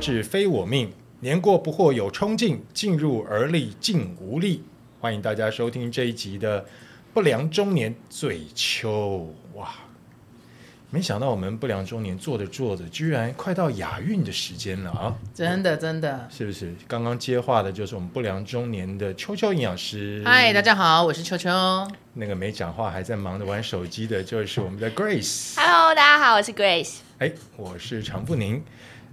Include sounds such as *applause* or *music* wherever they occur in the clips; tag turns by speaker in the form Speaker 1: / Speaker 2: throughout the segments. Speaker 1: 志非我命，年过不惑有冲劲，进入而立尽无力。欢迎大家收听这一集的《不良中年最秋》哇！没想到我们不良中年做着做着，居然快到亚运的时间了啊！
Speaker 2: 真的真的。
Speaker 1: 是不是？刚刚接话的就是我们不良中年的秋秋营养师。
Speaker 2: 嗨，大家好，我是秋秋。
Speaker 1: 那个没讲话还在忙着玩手机的，就是我们的 Grace。
Speaker 3: Hello，大家好，我是 Grace。
Speaker 1: 哎，我是常富宁。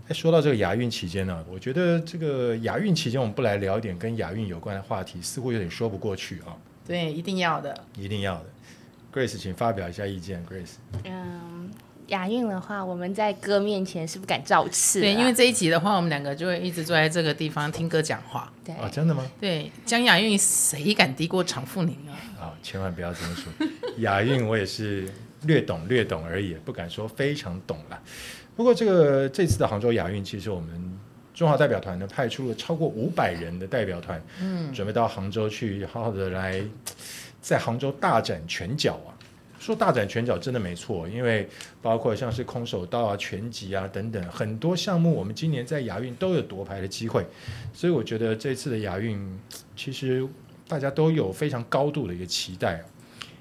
Speaker 1: 哎，说到这个亚运期间呢、我觉得这个亚运期间我们不来聊一点跟亚运有关的话题，似乎有点说不过去啊、
Speaker 2: 对，一定要的。
Speaker 1: 一定要的。Grace，请发表一下意见。Grace，
Speaker 3: 嗯，亚运的话，我们在歌面前是不敢造次的啊、
Speaker 2: 对，因为这一集的话，我们两个就会一直坐在这个地方听歌讲话。
Speaker 3: 对、
Speaker 1: 哦，真的吗？
Speaker 2: 对，江雅韵谁敢敌过常富宁啊？
Speaker 1: 啊、千万不要这么说。亚运我也是略懂略懂而已，不敢说非常懂了。不过这个这次的杭州亚运，其实我们中华代表团呢派出了超过五百人的代表团，嗯，准备到杭州去好好的来在杭州大展拳脚啊。说大展拳脚真的没错，因为包括像是空手道啊、拳击啊等等很多项目，我们今年在亚运都有夺牌的机会，所以我觉得这次的亚运其实大家都有非常高度的一个期待、啊，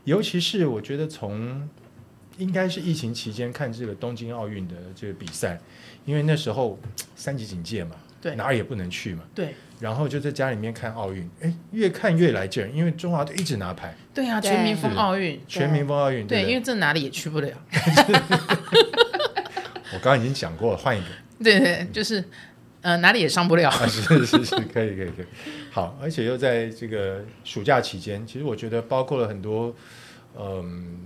Speaker 1: 尤其是我觉得从应该是疫情期间看这个东京奥运的这个比赛，因为那时候三级警戒嘛，
Speaker 2: 对
Speaker 1: 哪儿也不能去嘛，
Speaker 2: 对
Speaker 1: 然后就在家里面看奥运，哎，越看越来劲儿，因为中华队一直拿牌，
Speaker 2: 对啊，
Speaker 3: 对
Speaker 2: 全民疯奥运。
Speaker 1: 全民风奥运，
Speaker 2: 对，
Speaker 1: 不
Speaker 2: 因为这哪里也去不了。
Speaker 1: 我刚刚已经讲过了，换一个。
Speaker 2: 对对，就是呃哪里也上不了。
Speaker 1: 啊， *laughs* 是是是，可以可以可以，好，而且又在这个暑假期间，其实我觉得包括了很多，嗯，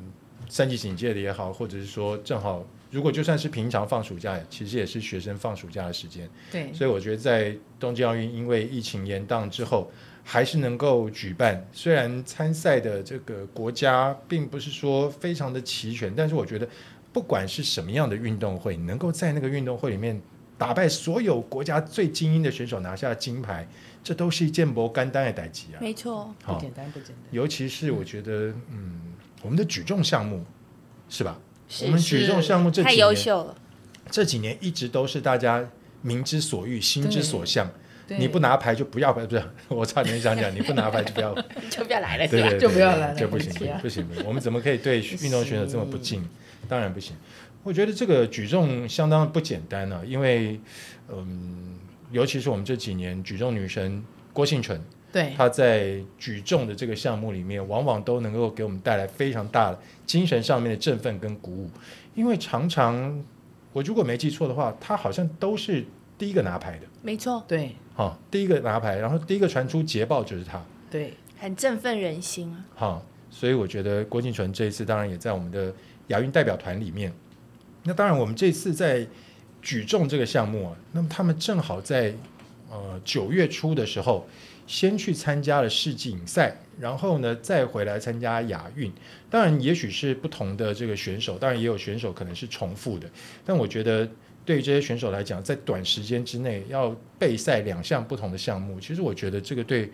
Speaker 1: 三级警戒的也好，或者是说正好，如果就算是平常放暑假，其实也是学生放暑假的时间，
Speaker 2: 对
Speaker 1: 所以我觉得在东京奥运因为疫情延宕之后，还是能够举办，虽然参赛的这个国家并不是说非常的齐全，但是我觉得不管是什么样的运动会，能够在那个运动会里面打败所有国家最精英的选手拿下金牌，这都是一件不甘当的代级啊。
Speaker 3: 没错，
Speaker 2: 不
Speaker 1: 好，
Speaker 2: 简单不简单。
Speaker 1: 尤其是我觉得，嗯，我们的举重项目是吧？
Speaker 3: 是
Speaker 1: 我们举重项目这几
Speaker 3: 太优
Speaker 1: 年
Speaker 3: 秀了。
Speaker 1: 这几年一直都是大家民之所欲、心之
Speaker 2: 对
Speaker 1: 所向。
Speaker 2: 对，
Speaker 1: 你不拿牌就不要牌，不是？我差点想讲，你不拿牌就不
Speaker 2: *laughs*
Speaker 1: 要，
Speaker 3: 就不要来了，
Speaker 1: 对
Speaker 3: 是吧？
Speaker 1: 对对，
Speaker 2: 哎就不要来了
Speaker 1: 就不行，
Speaker 2: 对不起啊
Speaker 1: 不行，不行，我们怎么可以对运动选手这么不敬？当然不行。我觉得这个举重相当不简单啊，因为，嗯，尤其是我们这几年举重女神郭幸淳，
Speaker 2: 对
Speaker 1: 她在举重的这个项目里面，往往都能够给我们带来非常大的精神上面的振奋跟鼓舞。因为常常，我如果没记错的话，她好像都是第一个拿牌的。
Speaker 3: 没错，
Speaker 2: 对
Speaker 1: 哈、第一个拿牌，然后第一个传出捷报就是他，
Speaker 2: 对，
Speaker 3: 很振奋人心啊。
Speaker 1: 哈、所以我觉得郭敬淳这一次当然也在我们的亚运代表团里面。那当然，我们这次在举重这个项目啊，那么他们正好在呃九月初的时候，先去参加了世锦赛，然后呢再回来参加亚运。当然，也许是不同的这个选手，当然也有选手可能是重复的，但我觉得。对于这些选手来讲，在短时间之内要备赛两项不同的项目，其实我觉得这个对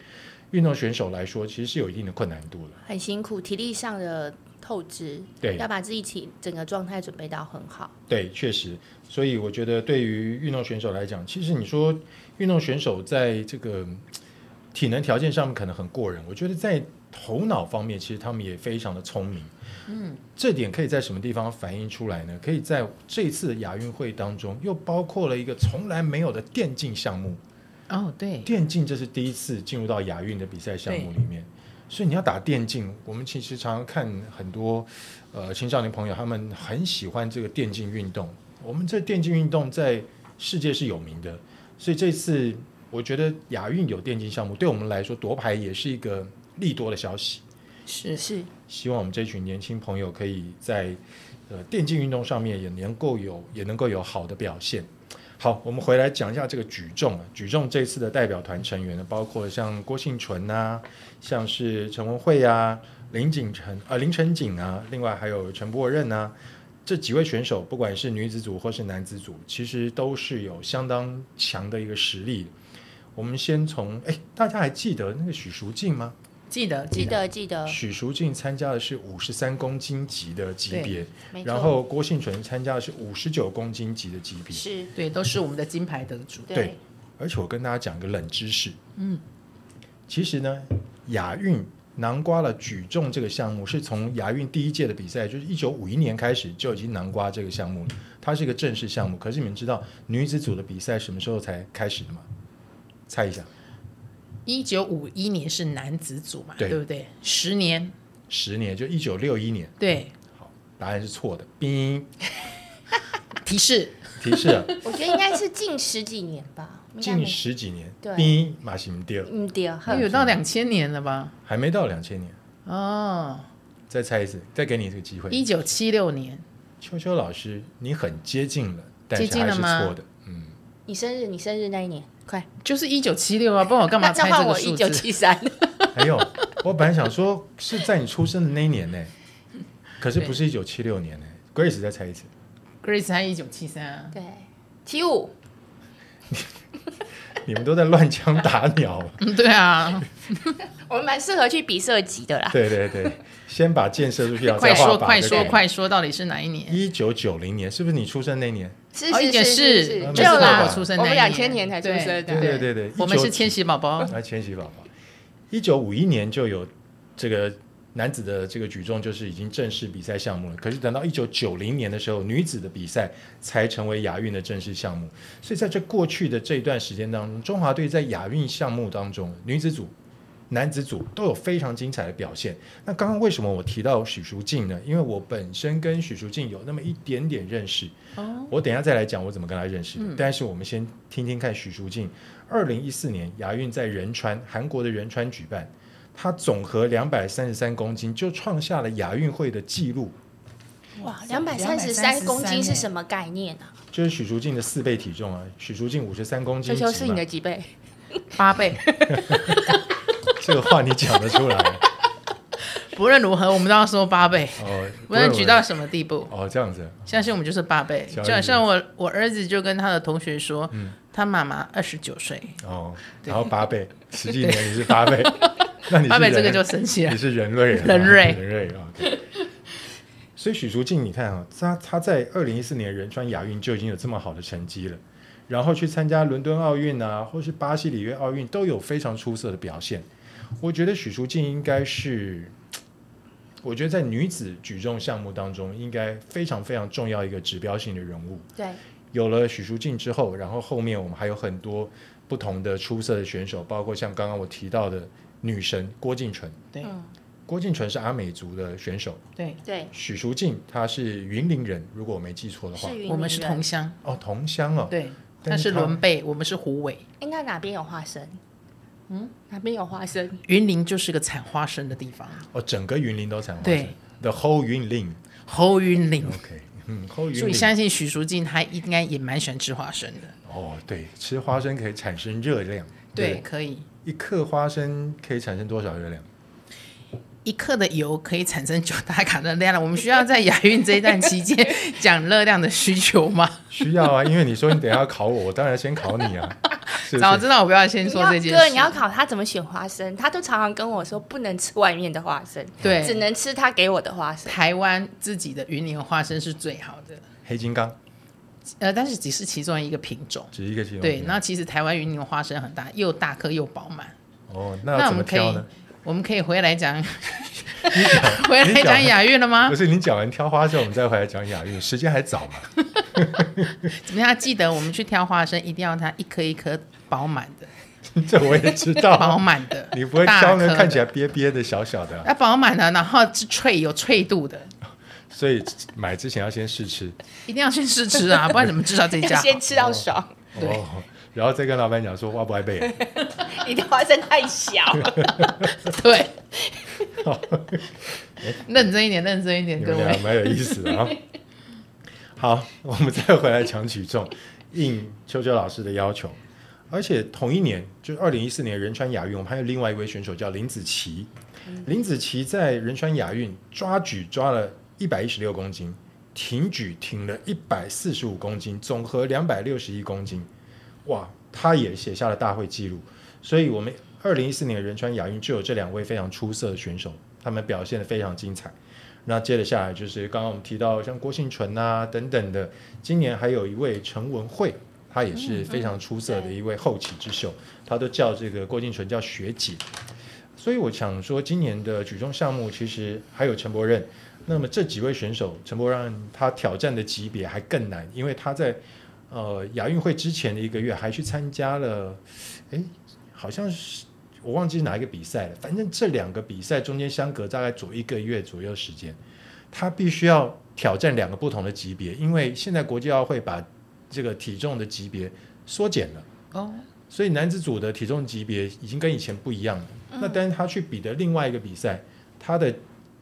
Speaker 1: 运动选手来说，其实是有一定的困难度的。
Speaker 3: 很辛苦，体力上的透支，
Speaker 1: 对
Speaker 3: 要把自己体整个状态准备到很好。
Speaker 1: 对，确实，所以我觉得对于运动选手来讲，其实你说运动选手在这个嗯体能条件上面可能很过人，我觉得在头脑方面，其实他们也非常的聪明。嗯，这点可以在什么地方反映出来呢？可以在这次亚运会当中，又包括了一个从来没有的电竞项目。
Speaker 2: 哦对，
Speaker 1: 电竞这是第一次进入到亚运的比赛项目里面，所以你要打电竞，我们其实常常看很多呃青少年朋友，他们很喜欢这个电竞运动。我们这电竞运动在世界是有名的，所以这次我觉得亚运有电竞项目，对我们来说夺牌也是一个利多的消息。
Speaker 2: 是
Speaker 3: 是，
Speaker 1: 希望我们这群年轻朋友可以在呃电竞运动上面也能够有也能够有好的表现。好，我们回来讲一下这个举重啊，举重这次的代表团成员呢，包括像郭幸淳啊，像是陈文慧啊、林景成啊、林晨景啊，另外还有陈柏任啊。这几位选手，不管是女子组或是男子组，其实都是有相当强的一个实力。我们先从哎，大家还记得那个许淑净吗？
Speaker 2: 记得
Speaker 3: 记
Speaker 2: 记得，
Speaker 3: 得记得，
Speaker 1: 许淑净参加的是五十三公斤级的级别，
Speaker 3: 没
Speaker 1: 然
Speaker 3: 错，
Speaker 1: 后郭幸存参加的是五十九公斤级的级别。
Speaker 3: 是，
Speaker 2: 对，都是我们的金牌得主。
Speaker 1: 对，而且我跟大家讲个冷知识，嗯，其实呢，亚运囊括了举重这个项目，是从亚运第一届的比赛，就是一九五一年开始就已经囊括这个项目了，它是一个正式项目。可是你们知道女子组的比赛什么时候才开始的吗？猜一下，
Speaker 2: 一九五一年是男子组嘛，
Speaker 1: 对
Speaker 2: 对不对？十年，
Speaker 1: 十年，就一九六一年。
Speaker 2: 对，
Speaker 1: 好，答案是错
Speaker 3: *laughs*
Speaker 1: 的。冰
Speaker 2: 提示
Speaker 1: 提示
Speaker 3: *laughs*
Speaker 1: 了
Speaker 3: 我觉得应该是近十几年
Speaker 1: *laughs*
Speaker 3: 吧，应该
Speaker 1: 近
Speaker 3: 没
Speaker 1: 十几年
Speaker 3: 对，
Speaker 1: 冰马西姆第二，
Speaker 3: 嗯对，
Speaker 2: 哎有到两千年了吧？
Speaker 1: 还没到两千年。
Speaker 2: 哦，
Speaker 1: 再猜一次，再给你这个机会。
Speaker 2: 一九七六年，
Speaker 1: 秋秋老师，你很接近了，但
Speaker 2: 接
Speaker 1: 是
Speaker 2: 近
Speaker 1: 还
Speaker 2: 了
Speaker 1: 是
Speaker 2: 吗
Speaker 1: 错的。嗯，
Speaker 3: 你生日，你生日那一年，快，
Speaker 2: 就是一九七
Speaker 1: *laughs*
Speaker 2: 六啊，不然我干嘛
Speaker 3: 那
Speaker 2: 猜
Speaker 3: 换
Speaker 2: 这个
Speaker 3: 我
Speaker 2: 数
Speaker 3: 一
Speaker 2: *laughs*
Speaker 3: 九
Speaker 2: 字？
Speaker 3: 七 *laughs* 三，
Speaker 1: 还有，哎 *laughs* 我本来想说是在你出生的那一年呢，可是不是一九七六年呢。Grace 再猜一次，
Speaker 2: Grace 还一九七三 *laughs* 啊，
Speaker 3: 对，七五，
Speaker 1: 你们都在乱枪打
Speaker 2: *laughs*
Speaker 1: 鸟。
Speaker 2: 嗯，对啊，
Speaker 3: 我们蛮适合去比射击的啦，
Speaker 1: 对对对，先把箭射出去，然后
Speaker 2: 快
Speaker 1: 再画
Speaker 2: 说
Speaker 1: 靶。
Speaker 2: 快说快说，到底是哪一年？
Speaker 1: 一九九零年是不是你出生那年？
Speaker 3: 是
Speaker 2: 哦，一
Speaker 3: 是
Speaker 2: 点
Speaker 3: 是是
Speaker 1: 是
Speaker 3: 是，
Speaker 1: 没
Speaker 3: 没
Speaker 1: 有
Speaker 3: 有
Speaker 1: 啦
Speaker 2: 我
Speaker 3: 啦，
Speaker 2: 出生那
Speaker 3: 我们
Speaker 2: 一年
Speaker 3: 两千年才出生的，
Speaker 1: 对对对对
Speaker 2: 我们
Speaker 1: 19
Speaker 2: 是千禧宝宝，
Speaker 1: 来千禧宝宝，一九五一年就有这个男子的这个举重就是已经正式比赛项目了。可是等到一九九零年的时候，女子的比赛才成为亚运的正式项目。所以在这过去的这一段时间当中，中华队在亚运项目当中，女子组。男子组都有非常精彩的表现。那刚刚为什么我提到许淑净呢？因为我本身跟许淑净有那么一点点认识，
Speaker 2: 哦，
Speaker 1: 我等一下再来讲我怎么跟他认识的。
Speaker 2: 嗯
Speaker 1: 但是我们先听听看许淑净，二零一四年亚运在仁川，韩国的仁川举办，她总和两百三十三公斤，就创下了亚运会的纪录，
Speaker 3: 哇，两百三十三公斤是什么概念啊？
Speaker 1: 就是许淑净的四倍体重啊。许淑净五十三公斤
Speaker 3: 球
Speaker 1: 级
Speaker 3: 球
Speaker 1: 嘛，
Speaker 3: 是你的几倍？
Speaker 2: 八倍。 *laughs*
Speaker 1: 这个话你讲得出来
Speaker 2: 不论如何，我们都要说八倍，
Speaker 1: 哦，
Speaker 2: 无论
Speaker 1: 不
Speaker 2: 举到什么地步，
Speaker 1: 哦这样子，
Speaker 2: 相信我们就是八倍。
Speaker 1: 小
Speaker 2: 就好
Speaker 1: 日子
Speaker 2: 像我我儿子就跟他的同学说，
Speaker 1: 嗯
Speaker 2: 他妈妈二十九岁，
Speaker 1: 哦，
Speaker 2: 对
Speaker 1: 然后八倍，实际年龄是八
Speaker 2: *laughs*
Speaker 1: 倍，那你是
Speaker 2: 八倍这个
Speaker 1: 人
Speaker 2: 就生气
Speaker 1: *laughs*
Speaker 2: 了
Speaker 1: 你。是人类啊，
Speaker 2: *laughs* 人类
Speaker 1: 人类啊。OK 所以许淑净，你看啊，她她在二零一四年仁川亚运就已经有这么好的成绩了，然后去参加伦敦奥运啊，或是巴西里约奥运都有非常出色的表现。我觉得许淑净应该是，我觉得在女子举重项目当中，应该非常非常重要一个指标性的人物。
Speaker 3: 对，
Speaker 1: 有了许淑净之后，然后后面我们还有很多不同的出色的选手，包括像刚刚我提到的女神郭靖淳。
Speaker 2: 对
Speaker 3: 嗯，
Speaker 1: 郭靖淳是阿美族的选手，
Speaker 2: 对，
Speaker 3: 对，
Speaker 1: 许淑净她是云林人，如果我没记错的话
Speaker 3: 是，云
Speaker 2: 我们是
Speaker 3: 林人
Speaker 2: 同乡，
Speaker 1: 哦，同乡哦，
Speaker 2: 对，他
Speaker 1: 但是
Speaker 2: 是
Speaker 1: 他
Speaker 2: 伦贝，我们是湖尾。
Speaker 3: 哎，那哪边有花生？嗯，哪边有花生？
Speaker 2: 云林就是个产花生的地方，
Speaker 1: 哦，整个云林都产花生
Speaker 2: 对
Speaker 1: ，The whole 云林
Speaker 2: 侯云林。
Speaker 1: ，OK，嗯，whole 云
Speaker 2: 所以
Speaker 1: 林，
Speaker 2: 相信许淑净，她应该也蛮喜欢吃花生的。
Speaker 1: 哦，对，吃花生可以产生热量，
Speaker 2: 对，，可以
Speaker 1: 一克花生可以产生多少热量？
Speaker 2: 一克的油可以产生九大卡的热量。我们需要在亚运这一段期间
Speaker 1: *laughs*
Speaker 2: 讲热量的需求吗？
Speaker 1: 需要啊，因为你说你等一下要考我，我当然先考你
Speaker 2: *laughs*
Speaker 1: 啊，是不
Speaker 2: 早
Speaker 1: 是？
Speaker 2: 知道我不要先
Speaker 3: 你
Speaker 2: 说
Speaker 3: 要
Speaker 2: 这件
Speaker 3: 哥，
Speaker 2: 事。
Speaker 3: 你要考他怎么选花生，他都常常跟我说不能吃外面的花生，只
Speaker 2: 对
Speaker 3: 能吃他给我的花生。
Speaker 2: 台湾自己的云林花生是最好的，
Speaker 1: 黑金刚
Speaker 2: 呃，但是只是其中一个品种。
Speaker 1: 只一个形容
Speaker 2: 对，
Speaker 1: 词
Speaker 2: 那其实台湾云林花生很大，又大颗又饱满。
Speaker 1: 哦，那
Speaker 2: 那
Speaker 1: 要
Speaker 2: 我
Speaker 1: 怎么
Speaker 2: 们可
Speaker 1: 挑
Speaker 2: 以
Speaker 1: 呢？，
Speaker 2: 我们可以回来讲，
Speaker 1: 你讲，
Speaker 2: *laughs* 回来
Speaker 1: 你
Speaker 2: 讲亚运了吗
Speaker 1: 不？是你讲完挑花生，我们再回来讲亚运，时间还早嘛。 *laughs*
Speaker 2: 怎么样？记得我们去挑花生，一定要它一颗一颗饱满的，
Speaker 1: 这我也知
Speaker 2: 饱 *laughs*
Speaker 1: 道，，
Speaker 2: 满的
Speaker 1: *laughs* 你不会
Speaker 2: 大
Speaker 1: 挑
Speaker 2: 颗
Speaker 1: 呢，
Speaker 2: 的
Speaker 1: 看起来瘪瘪的、小小的，
Speaker 2: 要饱满的，然后是脆有脆度的，
Speaker 1: 所以买之前要先试吃
Speaker 2: 一定要先试吃
Speaker 1: *laughs*
Speaker 2: 啊，不然怎么知道这家好？
Speaker 3: 先吃到爽，
Speaker 2: 对
Speaker 1: 哦，然后再跟老板讲说哇不爱背，啊
Speaker 2: 哦
Speaker 3: 你的花生
Speaker 2: *laughs*
Speaker 3: 太小。
Speaker 2: 对， *laughs* 认真一点，认真一点，
Speaker 1: 你
Speaker 2: 各
Speaker 1: 们俩
Speaker 2: 位。
Speaker 1: 蛮有意思
Speaker 2: *laughs*
Speaker 1: 的啊。好，我们再回来讲举重，应秋秋老师的要求，而且同一年，就是二零一四年仁川亚运，我们还有另外一位选手叫林子琪，林子琪在仁川亚运抓举抓了一百一十六公斤，挺举挺了一百四十五公斤，总和两百六十一公斤，哇，他也写下了大会纪录。所以我们二零一四年的仁川亚运就有这两位非常出色的选手，他们表现的非常精彩。那接着下来就是刚刚我们提到像郭幸纯啊等等的，今年还有一位陈文慧，她也是非常出色的一位后起之秀，她都叫这个郭幸纯叫学姐。所以我想说，今年的举重项目其实还有陈柏任，那么这几位选手，陈柏任他挑战的级别还更难，因为他在呃亚运会之前的一个月还去参加了，诶，好像是我忘记哪一个比赛了，反正这两个比赛中间相隔大概左一个月左右时间，他必须要挑战两个不同的级别，因为现在国际奥会把这个体重的级别缩减了。 *laughs*
Speaker 2: 哦，
Speaker 1: 所以男子组的体重级别已经跟以前不一样了。那但是他去比的另外一个比赛，他的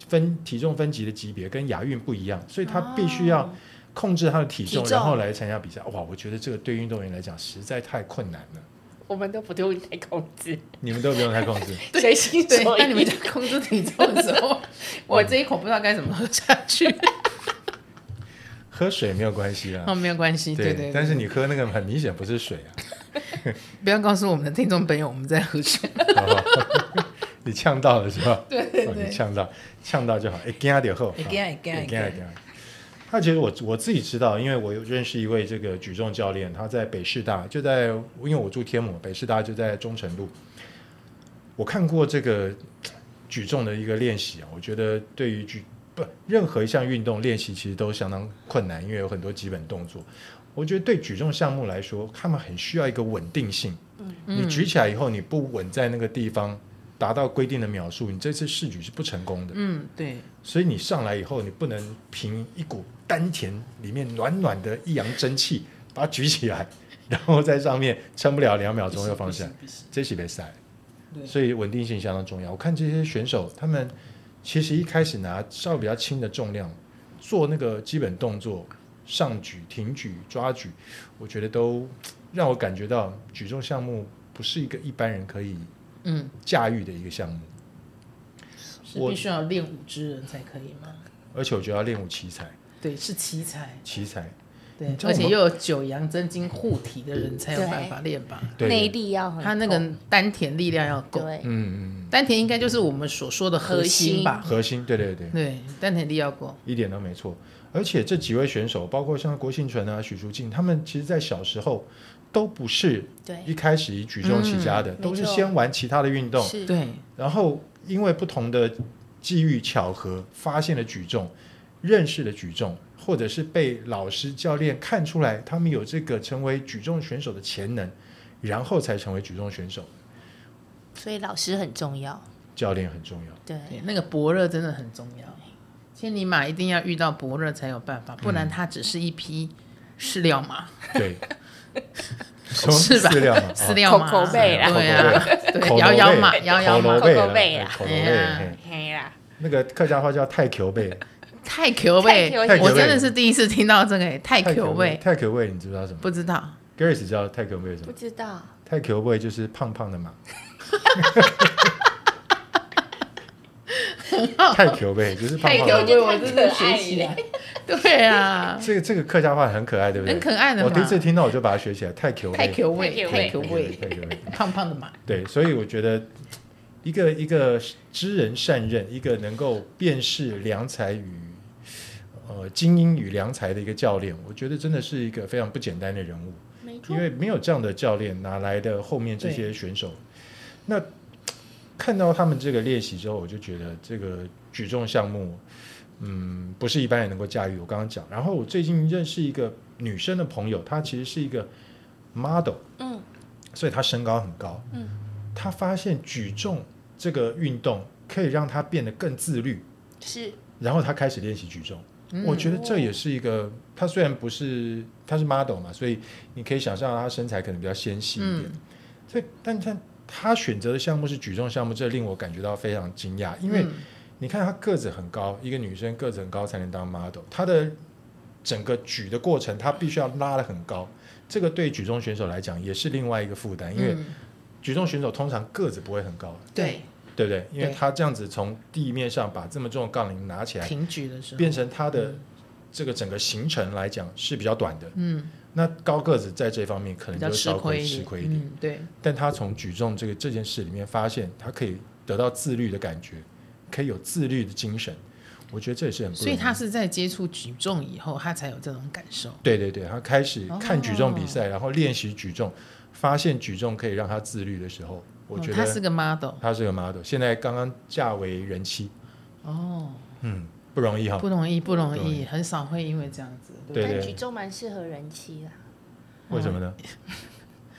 Speaker 1: 分体重分级的级别跟亚运不一样，所以他必须要控制他的体重，
Speaker 4: 体重
Speaker 1: 然后来参加比赛。哇，我觉得这个对运动员来讲实在太困难了。
Speaker 3: 我们都不用太控制，
Speaker 1: 你们都不用太控制，
Speaker 3: 随心
Speaker 2: 对，
Speaker 3: 所
Speaker 2: 那你们
Speaker 3: 欲。
Speaker 2: 在控制体重的时
Speaker 1: *laughs*
Speaker 2: 候，我这一口不知道该怎么喝下去。
Speaker 1: 喝水没有关系啊
Speaker 2: 哦，。没有关系，对对。
Speaker 1: 但
Speaker 2: 对
Speaker 1: 是你喝那个很明显不是水啊， *laughs*
Speaker 2: 不要告诉我们的听众朋友我们在喝水。
Speaker 1: 好不好 *laughs* 你呛到了是吧？
Speaker 2: 对对
Speaker 1: 哦，你
Speaker 2: 对，
Speaker 1: 呛到，呛到就好。哎，惊就好。
Speaker 2: 会惊会惊
Speaker 1: 啊
Speaker 2: 会惊
Speaker 1: 会惊那其实我我自己知道，因为我有认识一位这个举重教练，他在北师大，就在因为我住天母，北师大就在中城路。我看过这个嘖举重的一个练习啊，我觉得对于举不任何一项运动练习其实都相当困难，因为有很多基本动作。我觉得对举重项目来说，他们很需要一个稳定性。你举起来以后，你不稳在那个地方，达到规定的秒数，你这次试举是不成功的。
Speaker 2: 嗯，对，
Speaker 1: 所以你上来以后，你不能凭一股丹田里面暖暖的一阳真气把它举起来，然后在上面撑不了两秒钟又放下，
Speaker 2: 不行
Speaker 1: 这是比赛。
Speaker 2: 对
Speaker 1: 所以稳定性相当重要。我看这些选手，他们其实一开始拿稍微比较轻的重量做那个基本动作，上举、挺举、抓举，我觉得都让我感觉到举重项目不是一个一般人可以
Speaker 2: 嗯，
Speaker 1: 驾驭的一个项目，
Speaker 2: 是
Speaker 1: 我
Speaker 2: 必须要练武之人才可以吗？
Speaker 1: 而且我觉得要练武奇才，
Speaker 2: 对，是奇才，
Speaker 1: 奇才。
Speaker 2: 对
Speaker 1: 你，知道
Speaker 2: 而
Speaker 1: 我们
Speaker 2: 且又有九阳真经护体的人才有办法练吧？
Speaker 1: 对
Speaker 3: 内力要很够，
Speaker 2: 他那个丹田力量要够，
Speaker 3: 对，
Speaker 1: 嗯嗯
Speaker 2: 丹田应该就是我们所说的核心
Speaker 1: 嗯，
Speaker 2: 吧？
Speaker 1: 核心，对对对，
Speaker 2: 对，丹田力要够。
Speaker 1: 一点都没错。而且这几位选手，包括像郭幸存啊、许淑静，他们其实在小时候都不是
Speaker 3: 对
Speaker 1: 一开始以举重起家的，
Speaker 3: 嗯
Speaker 1: 都是
Speaker 3: 没错
Speaker 1: 先玩其他的运动，
Speaker 3: 是，
Speaker 2: 对，
Speaker 1: 然后因为不同的机遇巧合，发现了举重，认识了举重，或者是被老师教练看出来他们有这个成为举重选手的潜能，然后才成为举重选手。
Speaker 3: 所以老师很重要。
Speaker 1: 教练很重要。
Speaker 3: 对，
Speaker 2: 对，那个伯乐真的很重要。千里马一定要遇到伯乐才有办法，不然它只是一匹饲料马，
Speaker 3: *laughs*
Speaker 1: 对，什么
Speaker 2: 是吧
Speaker 1: 饲料啊哦嘛，
Speaker 2: 饲料马，
Speaker 3: 口口贝啦
Speaker 2: 对啊，对，摇摇马，摇摇
Speaker 1: 口
Speaker 2: 马
Speaker 1: 头，贝
Speaker 3: 口头贝
Speaker 1: 啦
Speaker 3: 啦，
Speaker 1: 口头
Speaker 2: 哎
Speaker 1: 贝
Speaker 2: 呀，
Speaker 1: 嘿
Speaker 3: 嘿啦，
Speaker 1: 那个客家话叫太球贝，
Speaker 2: 太 Q 味
Speaker 3: 太 Q 味，
Speaker 2: 我真的是第一次听到这个诶，太 Q 味，
Speaker 1: 太球贝，你知不知道什么
Speaker 2: 不知道。
Speaker 1: ？Gary 知道太球贝是什
Speaker 3: 不
Speaker 1: 么？
Speaker 3: 知道，
Speaker 1: 太球贝就是胖胖的
Speaker 2: *laughs*
Speaker 1: 马。太球贝就是胖胖的
Speaker 3: 太球
Speaker 1: 马。
Speaker 3: 贝我真的
Speaker 2: 学
Speaker 3: 学
Speaker 2: 起
Speaker 3: 起
Speaker 2: 来
Speaker 3: 来，
Speaker 2: *laughs* 对啊，
Speaker 1: 这个这个客家话很可爱，对不对？
Speaker 2: 很可爱的
Speaker 1: 我
Speaker 2: 嘛
Speaker 1: 第一，次听到我就把它学起来，太球
Speaker 2: 太
Speaker 1: 贝，
Speaker 2: Q 味，太
Speaker 3: 太
Speaker 2: Q
Speaker 3: 球
Speaker 2: 味，
Speaker 1: 太球贝。
Speaker 2: 胖胖的马，
Speaker 1: 对，所以我觉得一个一个知人善任，一个能够辨识良才与呃精英与良才的一个教练，我觉得真的是一个非常不简单的人物，
Speaker 3: 没错
Speaker 1: 因，为没有这样的教练，哪来的后面这些选手？那看到他们这个练习之后，我就觉得这个举重项目，嗯，不是一般人能够驾驭。我刚刚讲，然后我最近认识一个女生的朋友，她其实是一个 model，
Speaker 3: 嗯，
Speaker 1: 所以他身高很高。
Speaker 3: 嗯，
Speaker 1: 他发现举重这个运动可以让他变得更自律，
Speaker 3: 是
Speaker 1: 然后他开始练习举重。
Speaker 2: 嗯
Speaker 1: 我觉得这也是一个，他虽然不是他是 model 嘛，所以你可以想象他身材可能比较纤细一点。
Speaker 2: 嗯
Speaker 1: 所以，但但他选择的项目是举重项目，这令我感觉到非常惊讶，因为
Speaker 2: 嗯
Speaker 1: 你看她个子很高，一个女生个子很高才能当 model，她的整个举的过程，她必须要拉得很高，这个对举重选手来讲也是另外一个负担，因为
Speaker 2: 嗯
Speaker 1: 举重选手通常个子不会很高，
Speaker 2: 对
Speaker 1: 对不对？因为
Speaker 2: 对
Speaker 1: 他这样子从地面上把这么重的杠铃拿起来，
Speaker 2: 挺举的时候，
Speaker 1: 变成他的这个整个行程来讲是比较短的，嗯，那高个子在这方面嗯可
Speaker 2: 比
Speaker 1: 能
Speaker 2: 较
Speaker 1: 就
Speaker 2: 吃
Speaker 1: 稍
Speaker 2: 亏
Speaker 1: 微
Speaker 2: 一
Speaker 1: 吃
Speaker 2: 点，
Speaker 1: 亏一点，
Speaker 2: 嗯，对，
Speaker 1: 但他从举重这个这件事里面发现，他可以得到自律的感觉，可以有自律的精神，我觉得这也是很不容
Speaker 2: 所
Speaker 1: 易
Speaker 2: 以他是在接触举重以后，他才有这种感受。
Speaker 1: 对对对，他开始看举重比
Speaker 2: 哦
Speaker 1: 赛，然后练习举重，发现举重可以让他自律的时候，我觉
Speaker 2: 哦、他
Speaker 1: 得
Speaker 2: 是个 model
Speaker 1: 他是个 model，现在刚刚嫁为人妻，
Speaker 2: 哦，
Speaker 1: 嗯，不容易哈。
Speaker 2: 不容易，不容
Speaker 1: 不容
Speaker 2: 易，很少会因为这样子，对不
Speaker 1: 对
Speaker 2: 对？
Speaker 1: 对
Speaker 3: 但举重蛮适合人妻的。
Speaker 1: 为什么呢？ *laughs*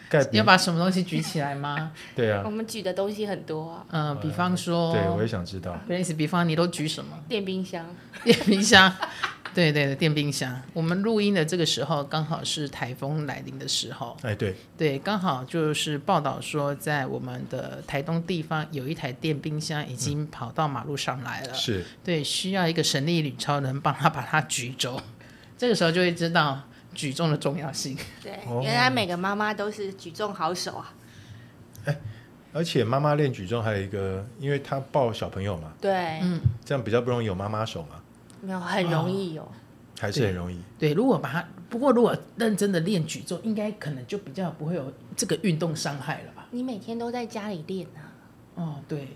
Speaker 1: 盖比
Speaker 2: 嗯要把什么东西举起来吗？
Speaker 1: 对啊
Speaker 3: 我，们举的东西很多啊，
Speaker 2: 嗯、比方说，
Speaker 1: 呃对我也想知道。
Speaker 2: Grace，比方你都举什么？ *laughs*
Speaker 3: 电冰箱。
Speaker 2: 电冰箱。对对对，电冰箱。我们录音的这个时候，刚好是台风来临的时候。
Speaker 1: 哎，对，
Speaker 2: 对，刚好就是报道说，在我们的台东地方有一台电冰箱已经跑到马路上来了。
Speaker 1: 是
Speaker 2: 对，需要一个神力女超人帮他把它举走。这个时候就会知道举重的重要性。
Speaker 3: 对，
Speaker 1: 哦
Speaker 3: 原来每个妈妈都是举重好手啊。
Speaker 1: 而且妈妈练举重还有一个，因为她抱小朋友嘛，
Speaker 3: 对，
Speaker 1: 这样比较不容易有妈妈手嘛，
Speaker 3: 嗯没有很容易
Speaker 2: 哦
Speaker 3: 哦有。
Speaker 1: 还是很容易。
Speaker 2: 对，如果把它，不过如果认真的练举重，应该可能就比较不会有这个运动伤害了吧？
Speaker 3: 你每天都在家里练啊？
Speaker 2: 哦，对，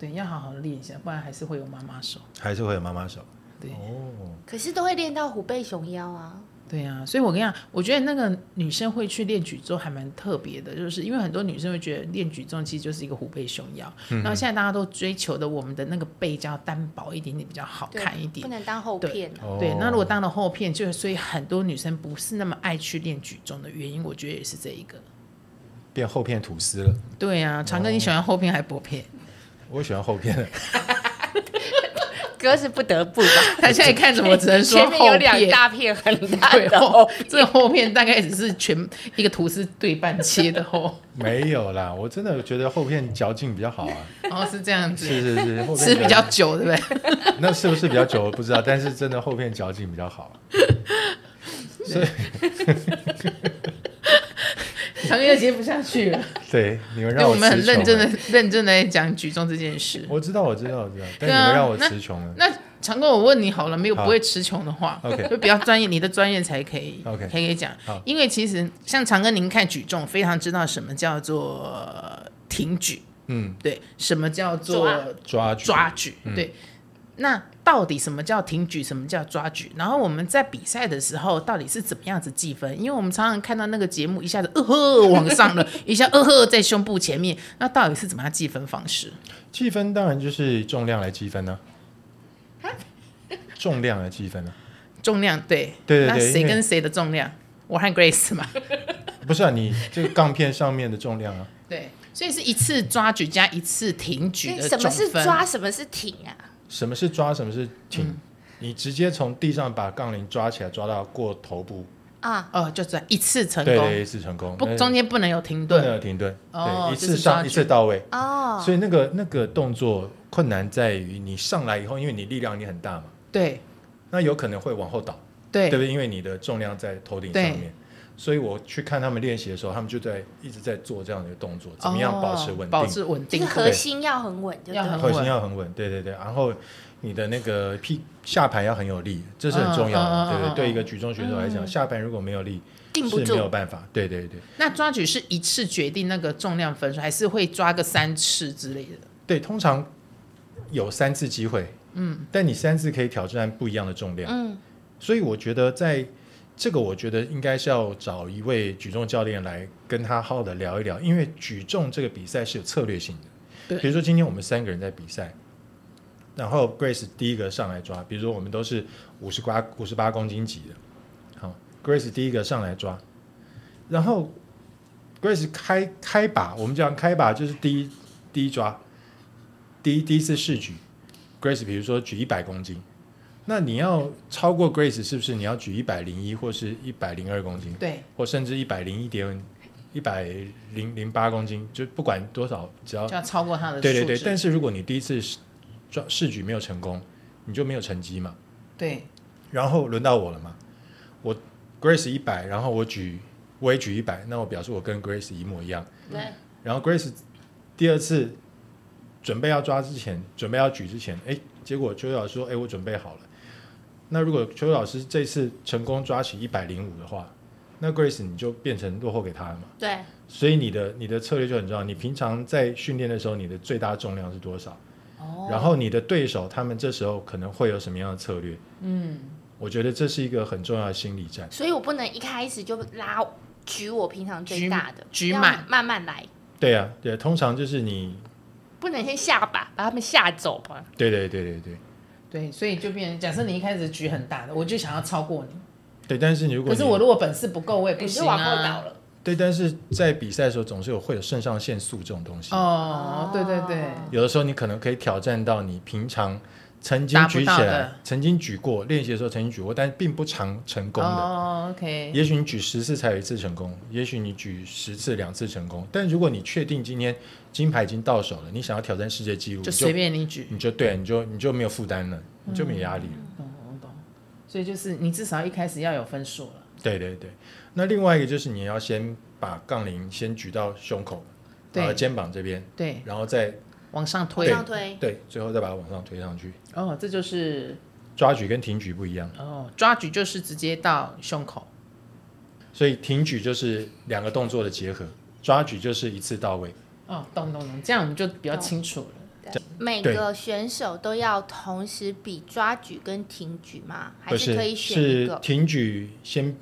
Speaker 2: 对，要好好地练一下，不然还是会有妈妈手。
Speaker 1: 还是会有妈妈手
Speaker 2: 对，
Speaker 1: 哦，
Speaker 3: 可是都会练到虎背熊腰啊。
Speaker 2: 对啊，所以我跟你讲，我觉得那个女生会去练举重还蛮特别的，就是因为很多女生会觉得练举重其实就是一个虎背熊腰，然后现在大家都追求的我们的那个背就要单薄一点点，比较好
Speaker 3: 对
Speaker 2: 看一点
Speaker 3: 不。能当后片啊。
Speaker 1: 哦
Speaker 2: 对，那如果当了后片，就是所以很多女生不是那么爱去练举重的原因，我觉得也是这一个。
Speaker 1: 变后片吐司了，
Speaker 2: 对啊，长哥，你喜欢后片还薄片？ *laughs*
Speaker 1: 我喜欢后片的，
Speaker 3: 哥是不得不吧？
Speaker 2: 他现在看着我， *laughs* 只能说
Speaker 3: 前面有
Speaker 2: 后
Speaker 3: 两
Speaker 2: 片。
Speaker 3: 大片很大
Speaker 2: *laughs* 对
Speaker 3: 的
Speaker 2: 后
Speaker 3: 哦。，
Speaker 2: 这后片大概只是全一个图是对半切的哦。
Speaker 1: 没有啦，我真的觉得后片嚼劲比较好
Speaker 2: *laughs*
Speaker 1: 啊。
Speaker 2: 哦，是这样
Speaker 1: 是是
Speaker 2: 子，
Speaker 1: 是，后片
Speaker 2: 吃比
Speaker 1: 嚼
Speaker 2: 较久，对不对？
Speaker 1: 那是不是比较久我不知道，但是真的后片嚼劲比较好。
Speaker 2: *laughs* 长哥又接不下去了，
Speaker 1: 对，你们
Speaker 2: 因
Speaker 1: 让
Speaker 2: 为我们
Speaker 1: 词
Speaker 2: 很认
Speaker 1: 穷哎
Speaker 2: 真
Speaker 1: 了
Speaker 2: 的、认真的在讲举重这件事。
Speaker 1: 我知道，我知道，我知道，但
Speaker 2: 对
Speaker 1: 你
Speaker 2: 啊
Speaker 1: 们让我
Speaker 2: 那
Speaker 1: 词穷了。
Speaker 2: 那长哥，我问你好了，没有
Speaker 1: 好
Speaker 2: 不会词穷的话
Speaker 1: OK
Speaker 2: 就比较专业，你的专业才可以
Speaker 1: OK
Speaker 2: 才可以讲
Speaker 1: 好。
Speaker 2: 因为其实像长哥，您看举重非常知道什么叫做挺举，
Speaker 1: 嗯，
Speaker 2: 对，什么叫做啊
Speaker 1: 抓
Speaker 3: 抓
Speaker 1: 举
Speaker 2: 抓举，
Speaker 1: 嗯
Speaker 2: 对。那到底什么叫挺举，什么叫抓举？然后我们在比赛的时候到底是怎么样子计分？因为我们常常看到那个节目一下子呃呵往
Speaker 1: *laughs*
Speaker 2: 上了，一下呃呵在胸部前面，那到底是怎么样计分方式？
Speaker 1: 计分当然就是重量来计分呢、重量来计分呢、啊
Speaker 2: 重量对，
Speaker 1: 对对
Speaker 2: 那
Speaker 1: 对
Speaker 2: 谁
Speaker 1: 因为
Speaker 2: 跟谁的重量？我和 Grace
Speaker 1: *laughs*
Speaker 2: 嘛，
Speaker 1: 不是啊，你这个杠片上面的重量啊，
Speaker 2: 对，所以是一次抓举加一次挺举的
Speaker 3: 什么
Speaker 2: 总
Speaker 3: 是
Speaker 2: 分。
Speaker 3: 抓，什么是挺啊？
Speaker 1: 什么是抓，什么是挺，
Speaker 2: 嗯
Speaker 1: 你直接从地上把杠铃抓起来，抓到过头部，
Speaker 3: 啊，
Speaker 2: 哦，就是一次成
Speaker 1: 对
Speaker 2: 功，
Speaker 1: 对，一次成功，
Speaker 2: 不
Speaker 1: 但是
Speaker 2: 中间不能有停
Speaker 1: 不
Speaker 2: 顿
Speaker 1: 能。有停顿，
Speaker 2: 哦
Speaker 1: 对，一
Speaker 2: 这
Speaker 1: 次
Speaker 2: 是抓
Speaker 1: 上
Speaker 2: 举
Speaker 1: 一次到位，
Speaker 3: 哦，
Speaker 1: 所以那个那个动作困难在于你上来以后，因为你力量你很大嘛，
Speaker 2: 对
Speaker 1: 那有可能会往后倒。
Speaker 2: 对哦
Speaker 1: 对不对？因为你的重量在头顶上面，所以我去看他们练习的时候，他们就在一直在做这样的动作，怎么样保持稳定，
Speaker 2: 哦保持稳
Speaker 3: 这
Speaker 2: 定
Speaker 3: 个。核心要很稳，对
Speaker 2: 要
Speaker 3: 不
Speaker 2: 很
Speaker 3: 对？
Speaker 1: 核心要很稳，对对对，然后你的那个屁下盘要很有力，这是很重要
Speaker 2: 嗯嗯嗯
Speaker 1: 的，对
Speaker 2: 嗯
Speaker 1: 对
Speaker 2: 嗯
Speaker 1: 对，一个举重选手来讲，下盘如果没有力
Speaker 3: 定不
Speaker 1: 是没有
Speaker 3: 住。
Speaker 1: 办法，对对对
Speaker 2: 那抓举是一次决定那个重量分数，还是会抓个三次之类的？
Speaker 1: 对，通常有三次机会，嗯，但你三次可以挑战不一样的重量，
Speaker 3: 嗯，
Speaker 1: 所以我觉得在这个，我觉得应该是要找一位举重教练来跟他好好的聊一聊，因为举重这个比赛是有策略性的。
Speaker 2: 对
Speaker 1: 比如说今天我们三个人在比赛，然后 Grace 第一个上来抓，比如说我们都是五十八五十八公斤级的，好，Grace 第一个上来抓，然后 Grace 开开把，我们讲开把就是第一第一抓，第一第一次试举，Grace 比如说举一百公斤。那你要超过 Grace 是不是你要举一百零一或是一百零二公斤，
Speaker 2: 对，
Speaker 1: 或甚至一百零一点一百零零八公斤，就不管多少，只要
Speaker 2: 就要超过他的数
Speaker 1: 对
Speaker 2: 值。
Speaker 1: 对对。但是如果你第一次试抓试举没有成功，你就没有成绩嘛。
Speaker 2: 对
Speaker 1: 然后轮到我了嘛，我 Grace 一百，然后我举我也举一百，那我表示我跟 Grace 一模一样。
Speaker 3: 对，
Speaker 2: 嗯
Speaker 1: 然后 Grace 第二次准备要抓之前，准备要举之前，哎，结果 j o 说，哎，我准备好了。那如果邱老师这次成功抓起一百零五的话，那 Grace 你就变成落后给他了嘛？
Speaker 3: 对，
Speaker 1: 所以你的你的策略就很重要。你平常在训练的时候，你的最大重量是多少？
Speaker 2: 哦，
Speaker 1: 然后你的对手他们这时候可能会有什么样的策略？
Speaker 2: 嗯，
Speaker 1: 我觉得这是一个很重要的心理战。
Speaker 3: 所以我不能一开始就拉举我平常最
Speaker 2: 举
Speaker 3: 大的，
Speaker 2: 举
Speaker 3: 要
Speaker 2: 满
Speaker 3: 慢慢来，
Speaker 1: 对啊，对，通常就是你，
Speaker 3: 不能先吓吧，把他们吓走吧。
Speaker 1: 对对对对对
Speaker 2: 对，所以就变成，假设你一开始举很大的，我就想要超过你，
Speaker 1: 对。但是你如果
Speaker 2: 可
Speaker 1: 你
Speaker 2: 是我如果本事不够，我也不
Speaker 3: 你
Speaker 2: 行
Speaker 3: 是
Speaker 2: 啊。
Speaker 3: 往后倒了，
Speaker 1: 对，但是在比赛的时候总是有会有肾上腺素这种东西。
Speaker 2: 哦，对对对，
Speaker 1: 有的时候你可能可以挑战到你平常曾经
Speaker 2: 达不
Speaker 1: 举起
Speaker 2: 到
Speaker 1: 来
Speaker 2: 的、
Speaker 1: 曾经举过、练习的时候曾经举过，但并不常成功的。
Speaker 2: 哦，OK，
Speaker 1: 也许你举十次才有一次成功，也许你举十次两次成功。但如果你确定今天金牌已经到手了，你想要挑战世界纪录，
Speaker 2: 就
Speaker 1: 你
Speaker 2: 随
Speaker 1: 就
Speaker 2: 便嗯你举，
Speaker 1: 你就对，你就你就没有负担了，你就没压力了。
Speaker 2: 懂我懂。所以就是你至少一开始要有分数了，
Speaker 1: 对对对。那另外一个就是你要先把杠铃先举到胸口，
Speaker 2: 对
Speaker 1: 然后肩膀这边，
Speaker 2: 对，
Speaker 1: 然后再
Speaker 2: 往上
Speaker 3: 往
Speaker 2: 推。
Speaker 3: 上推，
Speaker 1: 对，最后再把它往上推上去。
Speaker 2: 哦，这就是
Speaker 1: 抓举跟挺举不一样，
Speaker 2: 哦，抓举就是直接到胸口。
Speaker 1: 所以挺举就是两个动作的结合，抓举就是一次到位。
Speaker 2: 哦，懂懂懂，这样我们就比较清楚了。
Speaker 3: 每
Speaker 1: 对
Speaker 3: 个选手都要同时比抓举跟挺举吗？还
Speaker 1: 不
Speaker 3: 可以
Speaker 1: 是
Speaker 3: 选一
Speaker 1: 是
Speaker 3: 个？
Speaker 1: 挺举先，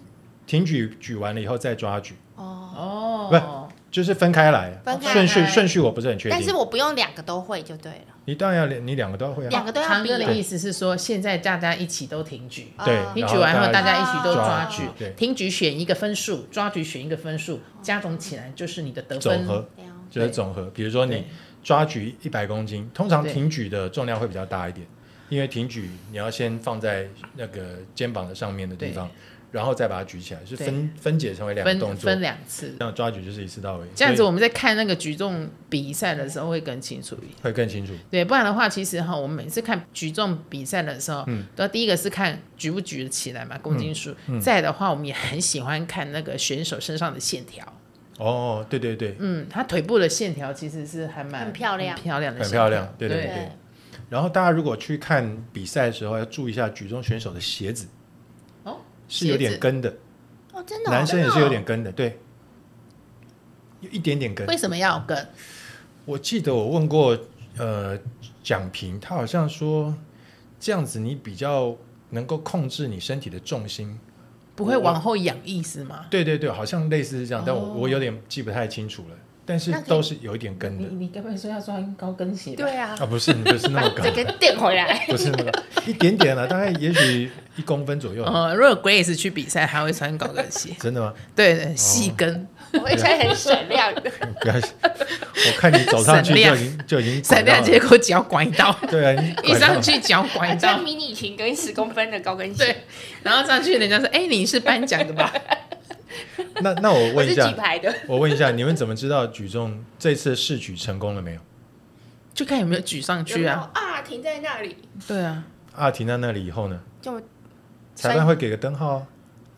Speaker 1: 挺举举完了以后再抓举，
Speaker 3: 哦，
Speaker 2: 哦，
Speaker 1: 就是分开来，
Speaker 3: 分开
Speaker 1: 顺序
Speaker 3: 来
Speaker 1: 顺序我不是很确
Speaker 3: 但是
Speaker 1: 定。
Speaker 3: 我不用两个都会就对了。
Speaker 1: 你当然要两你两个都要会啊，
Speaker 3: 两个都要
Speaker 2: 堂
Speaker 3: 比
Speaker 2: 哥的
Speaker 3: 对
Speaker 2: 意思是说，现在大家一起都挺举，
Speaker 1: 对
Speaker 3: 哦
Speaker 2: 挺
Speaker 1: 然
Speaker 2: 举
Speaker 1: 后
Speaker 2: 完后
Speaker 1: 大
Speaker 2: 大
Speaker 1: 家
Speaker 2: 家一起都抓举
Speaker 3: 抓
Speaker 1: 举对，
Speaker 2: 挺举选一个分数，抓举选一个分数，加总起来就是你的得
Speaker 1: 总
Speaker 2: 分。
Speaker 1: 和
Speaker 3: 了
Speaker 1: 就是
Speaker 2: 对
Speaker 1: 总和。比如说你
Speaker 2: 对
Speaker 1: 抓举一百公斤，通常
Speaker 2: 对
Speaker 1: 挺举的重量会比较大一点，因为挺举你要先放在那个肩膀的上面的地方，然后再把它举起来，是
Speaker 2: 对
Speaker 1: 分分解成为两个动
Speaker 2: 分
Speaker 1: 作
Speaker 2: 分。两次，
Speaker 1: 那抓举就是一次到位，
Speaker 2: 这样子
Speaker 1: 所以
Speaker 2: 我们在看那个举重比赛的时候会更清楚一点。
Speaker 1: 会更清楚。
Speaker 2: 对，不然的话，其实哈，我们每次看举重比赛的时候，
Speaker 1: 嗯
Speaker 2: 都第一个是看举不举得起来嘛，公斤数。再的话，我们也很喜欢看那个选手身上的线条。
Speaker 1: 哦，对对对，
Speaker 2: 嗯，他腿部的线条其实是还蛮
Speaker 3: 很漂亮
Speaker 2: 漂亮的
Speaker 1: 很
Speaker 2: 线条，
Speaker 1: 漂亮对对
Speaker 2: 对
Speaker 1: 对，然后大家如果去看比赛的时候，要注意一下举重选手的鞋子
Speaker 2: 哦，
Speaker 1: 是有
Speaker 2: 鞋
Speaker 1: 点
Speaker 2: 子
Speaker 1: 跟的，
Speaker 3: 哦，真的哦，
Speaker 1: 男生也
Speaker 3: 真的
Speaker 1: 是
Speaker 3: 哦
Speaker 1: 有点跟的，对，有一点点跟。
Speaker 2: 为什么要跟？
Speaker 1: 我记得我问过呃蒋平，他好像说这样子你比较能够控制你身体的重心。
Speaker 2: 不会往后仰意思吗？
Speaker 1: 对对对，好像类似是这样，但我
Speaker 2: 哦
Speaker 1: 我有点记不太清楚了，但是
Speaker 3: 那可以
Speaker 1: 都是有一点跟
Speaker 2: 你
Speaker 1: 的
Speaker 2: 你该不会说要穿高跟鞋吧？
Speaker 3: 对啊，
Speaker 1: 啊，不是不是那
Speaker 2: *laughs*
Speaker 1: 么高
Speaker 3: 整，个垫回来。
Speaker 1: 不是那么高，一点点了、大概也许一公分左右。。
Speaker 2: 呃，如果 Grace 去比赛，她会穿高跟鞋
Speaker 1: *laughs* 真的吗？
Speaker 2: 对对，细
Speaker 1: 哦
Speaker 2: 跟，
Speaker 3: 我会穿很闪亮的，
Speaker 1: 不要，我看你走上去就已经就已经
Speaker 2: 闪亮，结果脚拐到，
Speaker 1: 对啊，你
Speaker 2: 一
Speaker 1: *laughs* 拐到
Speaker 2: 上去脚拐到
Speaker 3: 穿，啊
Speaker 1: *laughs*
Speaker 3: 迷你裙跟十公分的高跟鞋，
Speaker 2: 对，然后上去人家说：“哎、你是颁奖的吧 *laughs*
Speaker 1: 那那我
Speaker 3: 我
Speaker 1: 问一
Speaker 3: 是
Speaker 1: 下
Speaker 3: 举，牌的，
Speaker 1: *laughs* 我问一下，你们怎么知道举重这次试举成功了没有？？”
Speaker 2: 就看有没有举上去啊。
Speaker 3: 有没有啊，停在那里
Speaker 2: 对啊，
Speaker 1: 啊，停在那里以后呢？
Speaker 3: 就
Speaker 1: 裁判会给个灯号啊，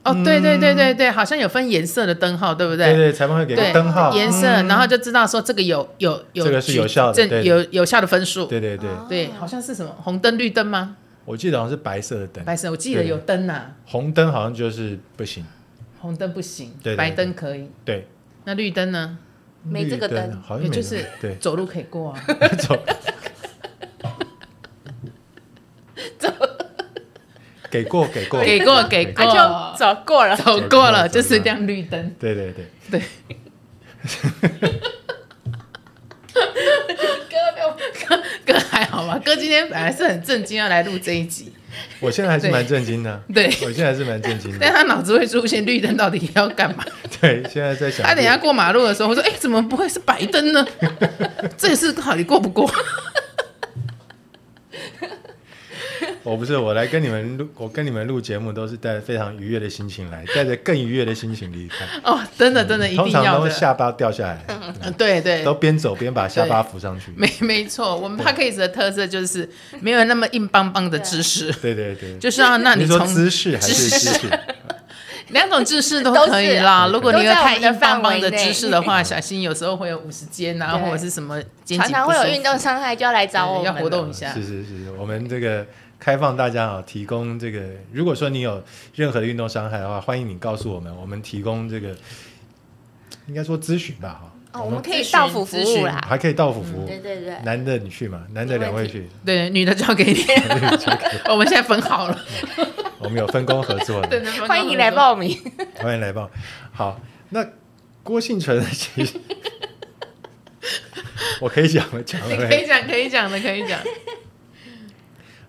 Speaker 2: 哦，对对对对对，好像有分颜色的灯号，对不
Speaker 1: 对
Speaker 2: 对？
Speaker 1: 对，裁判会给个
Speaker 2: 对
Speaker 1: 灯号，
Speaker 2: 颜色，
Speaker 1: 嗯
Speaker 2: 然后就知道说这个有有有
Speaker 1: 这个是
Speaker 2: 举
Speaker 1: 有效的
Speaker 2: 正
Speaker 1: 对
Speaker 2: 有有效的分数。
Speaker 1: 对对对，
Speaker 3: 哦
Speaker 2: 对，好像是什么红灯绿灯吗？
Speaker 1: 我记得好像是白色的灯，
Speaker 2: 白色，我记得
Speaker 1: 对
Speaker 2: 有灯啊，
Speaker 1: 红灯好像就是不行，
Speaker 2: 红灯不行，
Speaker 1: 对对
Speaker 2: 白灯可以。
Speaker 1: 对，
Speaker 2: 那绿灯呢？
Speaker 3: 没
Speaker 1: 绿
Speaker 3: 这个灯
Speaker 1: 好像
Speaker 2: 也
Speaker 1: 没
Speaker 2: 就是
Speaker 1: 这个
Speaker 2: 走路可以过啊。
Speaker 1: 对 *laughs* 走
Speaker 2: *laughs* 走
Speaker 1: 给过给过，
Speaker 2: 给过给过
Speaker 3: 啊，就走过了。
Speaker 2: 走过了就是亮绿灯。
Speaker 1: 对对对，
Speaker 2: 对，
Speaker 3: 哥没有，
Speaker 2: 哥还好吧？哥今天本来是很震惊要来录这一集，
Speaker 1: 我现在还是
Speaker 2: 对
Speaker 1: 蛮震惊的，
Speaker 2: 对，
Speaker 1: 我现在还是蛮震惊
Speaker 2: 但
Speaker 1: 的，
Speaker 2: 他脑子会出现绿灯到底要干嘛？
Speaker 1: 对，啊现在在
Speaker 2: *laughs*
Speaker 1: 想
Speaker 2: 他等一下过马路的时候，我说：“哎、怎么不会是白灯呢？这个是到底过不过
Speaker 1: 我不是，我来跟你们录，我跟你们录节目都是带着非常愉悦的心情来，带着更愉悦的心情离
Speaker 2: *laughs*
Speaker 1: 开。？”
Speaker 2: 哦，真的真的
Speaker 1: 嗯
Speaker 2: 一
Speaker 1: 通
Speaker 2: 定
Speaker 1: 常
Speaker 2: 要
Speaker 1: 都
Speaker 2: 的。
Speaker 1: 下巴掉下来，
Speaker 2: 嗯对 *laughs* 对，
Speaker 1: 都边走边把下巴扶上去。
Speaker 2: *laughs* 没没错。我们 p a c a s e 的特色就是没有那么硬邦邦的知识，
Speaker 1: 对对对，
Speaker 2: 就是要让
Speaker 1: 你
Speaker 2: 你
Speaker 1: 说
Speaker 2: 从
Speaker 1: 姿势还是
Speaker 2: 姿
Speaker 1: 姿
Speaker 2: 势 *laughs*
Speaker 1: 势？
Speaker 2: 两种知识都
Speaker 3: 都是
Speaker 2: 可以啦。
Speaker 1: 都
Speaker 2: 如果你有
Speaker 3: 在我
Speaker 2: 太
Speaker 3: 们的
Speaker 2: 硬邦邦的
Speaker 3: 范围内
Speaker 2: 知识的话，小心有时候会有五十肩啊，
Speaker 3: 对
Speaker 2: 或者是什么肩
Speaker 3: 常
Speaker 2: 颈
Speaker 3: 常
Speaker 2: 不
Speaker 3: 会
Speaker 2: 舒
Speaker 3: 有
Speaker 2: 服
Speaker 3: 运动伤害就要来找我
Speaker 2: 对
Speaker 3: 们
Speaker 2: 要
Speaker 1: 哦
Speaker 3: 了，
Speaker 2: 活动一下。
Speaker 1: 是是是，我们这个开放大家啊，提供这个，如果说你有任何的运动伤害的话，欢迎你告诉我们，我们提供这个，应该说咨询吧，哈、
Speaker 3: 哦，我们可
Speaker 2: 咨
Speaker 3: 以
Speaker 2: 询
Speaker 3: 到府服
Speaker 2: 咨询
Speaker 3: 务啦。
Speaker 1: 还可以到府
Speaker 2: 嗯
Speaker 1: 服务，
Speaker 3: 对对对，
Speaker 1: 男的你去嘛，男的两位去，
Speaker 2: *laughs*
Speaker 1: *laughs*
Speaker 2: 对，女的交给
Speaker 3: *laughs*
Speaker 2: 你，我们现在分好了，
Speaker 1: 我们有分工合作
Speaker 2: 对
Speaker 1: 的，
Speaker 2: 对，分工
Speaker 3: 欢迎来报名。
Speaker 1: 欢迎来报。好，那郭幸存其
Speaker 2: *laughs*
Speaker 1: 实我可以讲了，讲了哎
Speaker 2: 你
Speaker 1: 没
Speaker 2: 可以讲，可以讲的，可以讲。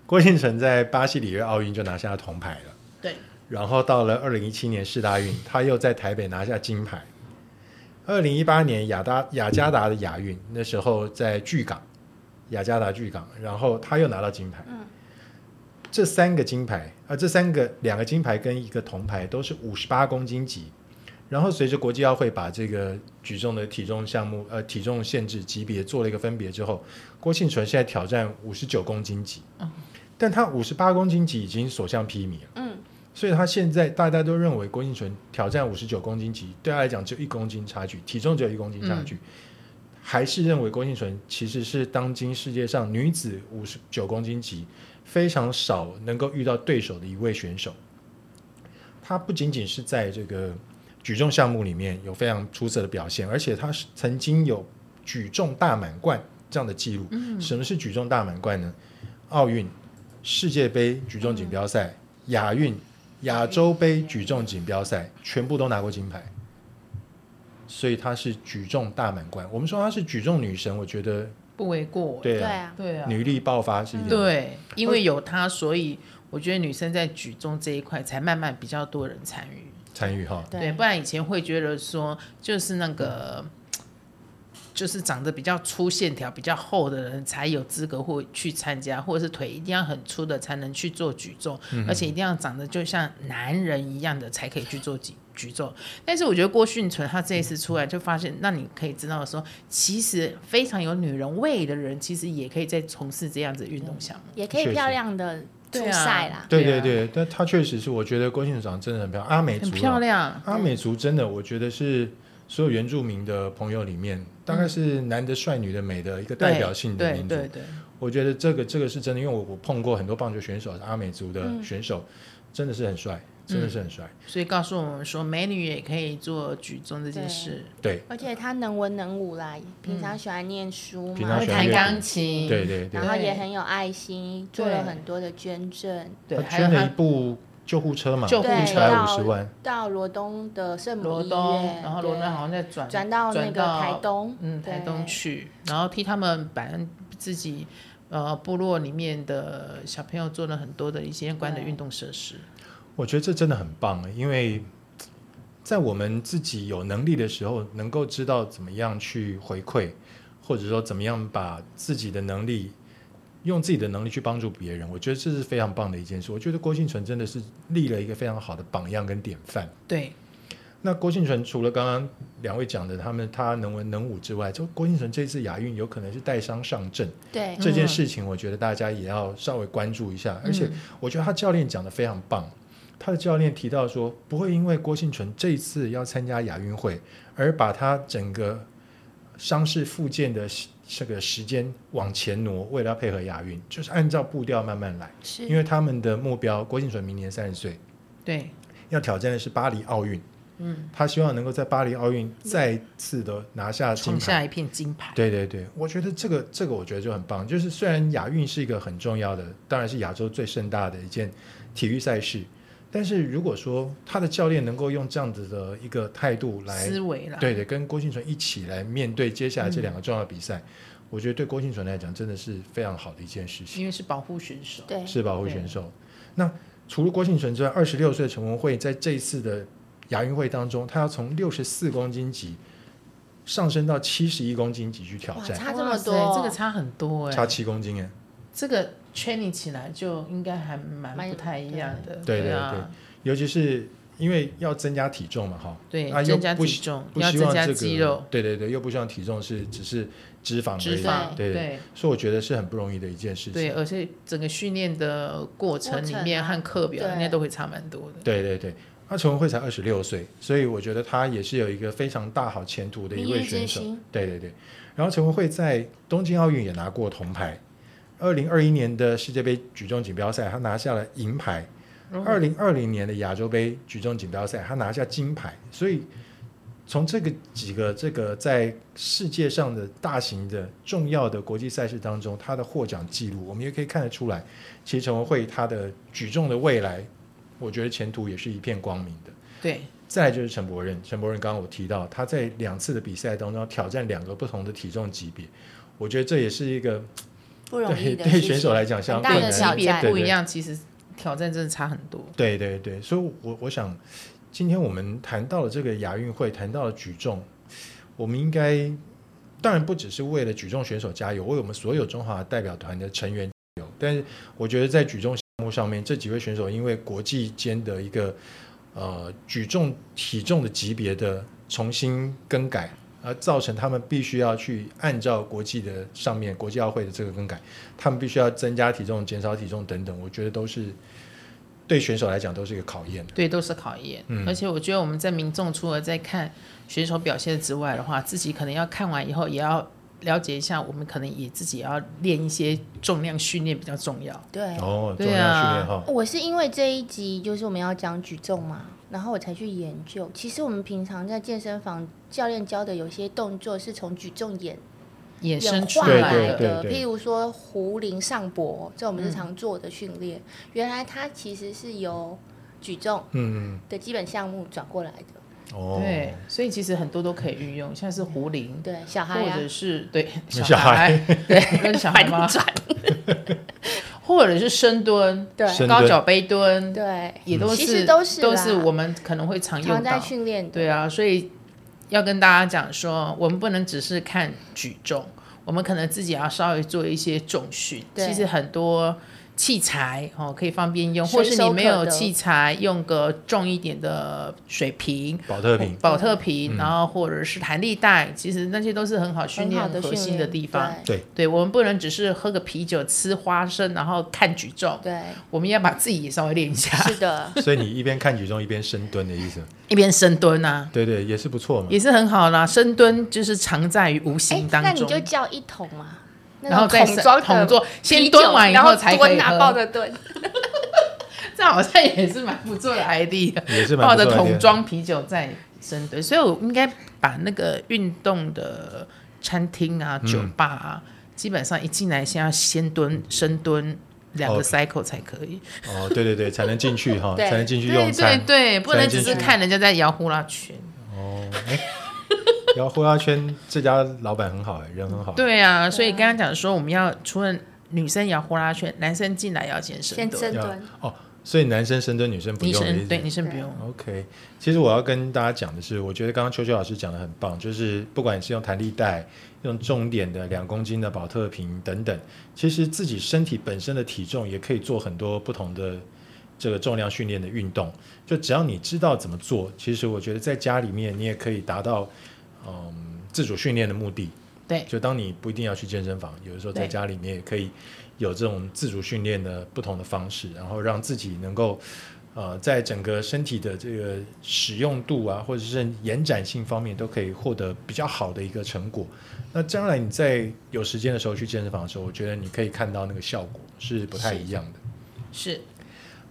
Speaker 1: 郭庆城在巴西里约奥运就拿下铜牌了，
Speaker 2: 对，
Speaker 1: 然后到了二零一七年世大运，他又在台北拿下金牌。二零一八年雅达雅加达的亚运，那时候在巨港，雅加达巨港，然后他又拿到金牌。嗯，这三个金牌啊、这三个两个金牌跟一个铜牌都是五十八公斤级。然后随着国际奥会把这个举重的体重项目呃体重限制级别做了一个分别之后，郭庆纯现在挑战五十九公斤级。但他五十八公斤级已经所向披靡了，
Speaker 3: 嗯，
Speaker 1: 所以他现在大家都认为郭敬淳挑战五十九公斤级，对他来讲只有一公斤差距，体重只有一公斤差距，还是认为郭敬淳其实是当今世界上女子五十九公斤级非常少能够遇到对手的一位选手。他不仅仅是在这个举重项目里面有非常出色的表现，而且他是曾经有举重大满贯这样的记录。什么是举重大满贯呢？奥运、世界杯举重锦标赛、亚运、亚洲杯举重锦标赛，全部都拿过金牌。所以她是举重大满贯。我们说她是举重女神，我觉得
Speaker 2: 不为过。
Speaker 1: 对啊，
Speaker 3: 啊，
Speaker 2: 对啊，
Speaker 1: 女力爆发是一点。
Speaker 2: 对，因为有她，所以我觉得女生在举重这一块才慢慢比较多人参与。
Speaker 1: 参与哈，
Speaker 2: 对，不然以前会觉得说，就是那个，就是长得比较粗线条、比较厚的人才有资格或去参加，或者是腿一定要很粗的才能去做举重，
Speaker 1: 嗯
Speaker 2: 而且一定要长得就像男人一样的才可以去做举举重。但是我觉得郭训存他这一次出来就发现，那你可以知道说，其实非常有女人味的人，其实也可以在从事这样子的运动项目。
Speaker 3: 也可以
Speaker 1: 确实
Speaker 3: 漂亮的出
Speaker 2: 对啊
Speaker 3: 赛啦。
Speaker 1: 对对
Speaker 2: 对啊
Speaker 1: 对，但她确实是，我觉得郭庆长真的很漂亮，阿美族
Speaker 2: 很
Speaker 1: 啊
Speaker 2: 漂亮，
Speaker 1: 阿美族真的，我觉得是所有原住民的朋友里面，大概是男的帅、女的美的一个代表性的
Speaker 2: 嗯对
Speaker 1: 民族。
Speaker 2: 对对，
Speaker 1: 我觉得这个这个是真的，因为我我碰过很多棒球选手，阿美族
Speaker 2: 嗯
Speaker 1: 的选手、真的是很帅，真的是很帅。
Speaker 2: 所以告诉我们说，美女也可以做举重这件
Speaker 3: 对
Speaker 2: 事。
Speaker 1: 对
Speaker 3: 而且他能文能武啦，平常喜欢念书
Speaker 1: 嗯平
Speaker 3: 嘛
Speaker 1: 常，
Speaker 2: 会
Speaker 1: 喜欢
Speaker 2: 弹
Speaker 1: 乐
Speaker 2: 钢琴，
Speaker 1: 对对对，
Speaker 3: 然后也很有爱心，做了很多的捐赠，
Speaker 2: 对，
Speaker 1: 他
Speaker 2: 还有
Speaker 1: 捐了一
Speaker 2: 他
Speaker 1: 部救护车嘛，
Speaker 2: 救护
Speaker 3: 对
Speaker 1: 一
Speaker 2: 车
Speaker 1: 百
Speaker 3: 到
Speaker 1: 五十万，
Speaker 3: 到罗东的圣母
Speaker 2: 罗
Speaker 3: 医
Speaker 2: 东，
Speaker 3: 院，
Speaker 2: 然后罗东
Speaker 3: 对
Speaker 2: 好像在转
Speaker 3: 转到那个台，
Speaker 2: 转到
Speaker 3: 东，
Speaker 2: 嗯，
Speaker 3: 对
Speaker 2: 台东去，然后替他们把自己呃部落里面的小朋友做了很多的一些相关的运动设施。
Speaker 1: 我觉得这真的很棒，因为在我们自己有能力的时候，能够知道怎么样去回馈，或者说怎么样把自己的能力用自己的能力去帮助别人，我觉得这是非常棒的一件事。我觉得郭庆纯真的是立了一个非常好的榜样跟典范。
Speaker 2: 对，
Speaker 1: 那郭庆纯除了刚刚两位讲的他们他能文能武之外，就郭庆纯这次亚运有可能是带伤上阵。
Speaker 3: 对，
Speaker 1: 这件事情，我觉得大家也要稍微关注一下。
Speaker 2: 嗯
Speaker 1: 而且我觉得他教练讲的非常棒，他的教练提到说，不会因为郭幸存这次要参加亚运会而把他整个伤势复健的时这个时间往前挪，为了要配合亚运，就是按照步调慢慢来。因
Speaker 3: 是
Speaker 1: 为他们的目标，郭幸存明年三十岁，
Speaker 2: 对，
Speaker 1: 要挑战的是巴黎奥运。嗯，他希望能够在巴黎奥运再次的拿下金
Speaker 2: 创
Speaker 1: 牌。
Speaker 2: 下一片金牌。
Speaker 1: 对对对，我觉得这个这个我觉得就很棒。就是虽然亚运是一个很重要的，当然是亚洲最盛大的一件体育赛事，但是如果说他的教练能够用这样子的一个态度来，
Speaker 2: 思维了，
Speaker 1: 对对，跟郭庆纯一起来面对接下来这两个重要的比赛，我觉得对郭庆纯来讲真的是非常好的一件事情，
Speaker 2: 因为是保护选手。
Speaker 3: 对，
Speaker 1: 是保护
Speaker 2: 对
Speaker 1: 选手。那除了郭庆纯之外，二十六岁的陈文慧在这一次的亚运会当中，她要从六十四公斤级上升到七十一公斤级去挑
Speaker 3: 哇
Speaker 1: 战。
Speaker 3: 差这么
Speaker 2: 哇塞
Speaker 3: 多
Speaker 2: 这个差很多
Speaker 1: 差
Speaker 2: 哎，
Speaker 1: 七公斤哎，
Speaker 2: 这个 training 起来就应该还蛮
Speaker 3: 蛮
Speaker 2: 不太一样的。
Speaker 1: 对对
Speaker 2: 啊，
Speaker 1: 尤其是因为要增加体重嘛，哈，
Speaker 2: 对
Speaker 1: 啊，又
Speaker 2: 增加
Speaker 1: 不
Speaker 2: 体
Speaker 1: 希
Speaker 2: 重，
Speaker 1: 不
Speaker 2: 要
Speaker 1: 希
Speaker 2: 增
Speaker 1: 望
Speaker 2: 加
Speaker 1: 这个
Speaker 2: 肌肉、
Speaker 1: 对对对，又不希望体重是只是脂肪而已，
Speaker 2: 脂肪，
Speaker 1: 对
Speaker 2: 对
Speaker 1: 所以我觉得是很不容易的一件事情。
Speaker 2: 对，而且整个训练的过程里面
Speaker 3: 过程啊
Speaker 2: 和课表
Speaker 3: 对
Speaker 2: 应该都会差蛮多的。
Speaker 1: 对对对，那陈文慧才二十六岁，所以我觉得她也是有一个非常大好前途的一
Speaker 3: 明
Speaker 1: 位
Speaker 3: 日之
Speaker 1: 选手
Speaker 3: 星。
Speaker 1: 对对对，然后陈文慧在东京奥运也拿过铜牌，二零二一年的世界杯举重锦标赛，他拿下了银牌；
Speaker 3: 哦
Speaker 1: 二零二零年的亚洲杯举重锦标赛，他拿下金牌。所以从这个几个这个在世界上的大型的重要的国际赛事当中，他的获奖记录，我们也可以看得出来，其实陈文慧她的举重的未来，我觉得前途也是一片光明的。
Speaker 2: 对，
Speaker 1: 再来就是陈柏任，陈柏任刚刚我提到，他在两次的比赛当中挑战两个不同的体重级别，我觉得这也是一个
Speaker 3: 不容
Speaker 1: 对
Speaker 3: 易的
Speaker 1: 对
Speaker 3: 事
Speaker 1: 选手
Speaker 3: 情
Speaker 1: 来讲相
Speaker 3: 很
Speaker 1: 当
Speaker 3: 大
Speaker 1: 困
Speaker 3: 的
Speaker 1: 难
Speaker 3: 挑
Speaker 2: 级别
Speaker 3: 战
Speaker 1: 对
Speaker 2: 不一样，其实挑战真的差很多。
Speaker 1: 对对对，所以我我想，今天我们谈到了这个亚运会，谈到了举重，我们应该当然不只是为了举重选手加油，为我们所有中华代表团的成员加油。但是我觉得在举重项目上面，这几位选手因为国际间的一个呃举重体重的级别的重新更改。而造成他们必须要去按照国际的上面国际奥会的这个更改，他们必须要增加体重、减少体重等等，我觉得都是对选手来讲都是一个考验。
Speaker 2: 对，都是考验。
Speaker 1: 嗯
Speaker 2: 而且我觉得我们在民众除了在看选手表现之外的话，自己可能要看完以后也要了解一下，我们可能也自己也要练一些重量训练比较重要。
Speaker 3: 对，
Speaker 1: 哦，重
Speaker 2: 对
Speaker 1: 量训练
Speaker 2: 啊
Speaker 1: 哈，
Speaker 3: 我是因为这一集就是我们要讲举重嘛，然后我才去研究。其实我们平常在健身房教练教的有些动作是从举重演
Speaker 2: 衍
Speaker 3: 演
Speaker 2: 生出
Speaker 3: 化
Speaker 2: 来
Speaker 1: 对
Speaker 3: 来
Speaker 2: 的，
Speaker 1: 对
Speaker 3: 的，
Speaker 1: 对嗯
Speaker 3: 譬如说壶铃上搏，这我们日常做的训练，原来它其实是由举重
Speaker 1: 嗯，
Speaker 3: 的基本项目转过来的。
Speaker 1: 哦，
Speaker 2: 对，所以其实很多都可以运用，像是壶铃，
Speaker 3: 对，小孩
Speaker 2: 或
Speaker 3: 啊
Speaker 2: 者，是 *laughs* 对
Speaker 1: 小孩，
Speaker 2: 对，跟小孩吗？
Speaker 3: 转，
Speaker 2: *laughs* 或者是深蹲、嗯
Speaker 1: 深
Speaker 3: 对
Speaker 1: 蹲
Speaker 2: 高脚杯蹲，
Speaker 3: 对，
Speaker 2: 也都
Speaker 3: 其实
Speaker 2: 是
Speaker 3: 都是
Speaker 2: 都
Speaker 3: 啦
Speaker 2: 是我们可能会常用
Speaker 3: 常在
Speaker 2: 到。
Speaker 3: 训练的。
Speaker 2: 对啊，所以要跟大家讲说，我们不能只是看举重，我们可能自己也要稍微做一些重训。
Speaker 3: 对
Speaker 2: 其实很多器材哦可以方便用，或
Speaker 3: 随
Speaker 2: 是
Speaker 3: 手
Speaker 2: 你
Speaker 3: 可
Speaker 2: 没有
Speaker 3: 得
Speaker 2: 器材，用个重一点的水瓶。
Speaker 1: 保特瓶，
Speaker 2: 保特瓶，然后或者是弹力带，其实那些都是很好训
Speaker 3: 很好
Speaker 2: 练
Speaker 3: 的
Speaker 2: 核
Speaker 3: 训
Speaker 2: 心
Speaker 3: 练
Speaker 2: 的地方。
Speaker 1: 对，
Speaker 2: 对我们不能只是喝个啤酒、吃花生，然后看举重，
Speaker 3: 对，
Speaker 2: 我们要把自己也稍微练一下，
Speaker 3: 是的，
Speaker 1: 所以你一边看举重一边深蹲的意思，
Speaker 2: 一边深蹲啊，
Speaker 1: 对对，也是不错嘛。
Speaker 2: 也是很好啦。深蹲就是藏在于无
Speaker 3: 哎
Speaker 2: 形，当
Speaker 3: 那你
Speaker 2: 中，
Speaker 3: 就叫一桶嘛，那
Speaker 2: 然后
Speaker 3: 种
Speaker 2: 再
Speaker 3: 桶装
Speaker 2: 捅
Speaker 3: 的
Speaker 2: 坐，先
Speaker 3: 啤酒
Speaker 2: 蹲完以
Speaker 3: 然后
Speaker 2: 才可
Speaker 3: 蹲
Speaker 2: 以
Speaker 3: 啊，抱
Speaker 2: 喝。
Speaker 3: 着蹲，
Speaker 2: 这好像也是蛮不错的 ID，
Speaker 1: 也是蛮
Speaker 2: 抱
Speaker 1: 不错
Speaker 2: 着
Speaker 1: 的
Speaker 2: 桶装啤酒在深蹲，所以我应该把那个运动的餐厅
Speaker 1: 嗯
Speaker 2: 啊、酒吧啊，基本上一进来先要先蹲、深蹲两个
Speaker 1: 哦
Speaker 2: cycle 才可以。
Speaker 1: 哦，对对对，才能进去哈，
Speaker 3: 对
Speaker 1: 才能进去
Speaker 2: *laughs* 对
Speaker 1: 用
Speaker 2: 对
Speaker 1: 餐。
Speaker 2: 对，不
Speaker 1: 才
Speaker 2: 能
Speaker 1: 能
Speaker 2: 只是
Speaker 1: 进去
Speaker 2: 看人家在摇呼啦圈。
Speaker 1: 哦，哎，然后呼啦圈这家老板很好哎，人很好。
Speaker 2: 对啊，所以刚刚讲说我们要除了女生摇呼啦圈，男生进来也要健身
Speaker 3: 先
Speaker 2: 蹲，
Speaker 3: 深
Speaker 1: 要
Speaker 3: 蹲。
Speaker 1: 哦，所以男生深蹲，女生不
Speaker 2: 女
Speaker 1: 用的意
Speaker 2: 生
Speaker 1: 思
Speaker 2: 对女生不
Speaker 3: 对
Speaker 2: 用。
Speaker 1: OK，其实我要跟大家讲的是，我觉得刚刚秋秋老师讲的很棒，就是不管是用弹力带、用重点的两公斤的保特瓶等等，其实自己身体本身的体重也可以做很多不同的这个重量训练的运动。就只要你知道怎么做，其实我觉得在家里面你也可以达到嗯自主训练的目的。
Speaker 2: 对
Speaker 1: 就当你不一定要去健身房，有的时候在
Speaker 2: 哎对
Speaker 1: 家里面也可以有这种自主训练的不同的方式，然后让自己能够呃在整个身体的这个使用度啊，或者是延展性方面都可以获得比较好的一个成果。那将来你在有时间的时候去健身房的时候，我觉得你可以看到那个效果是不太一样的。
Speaker 2: 是，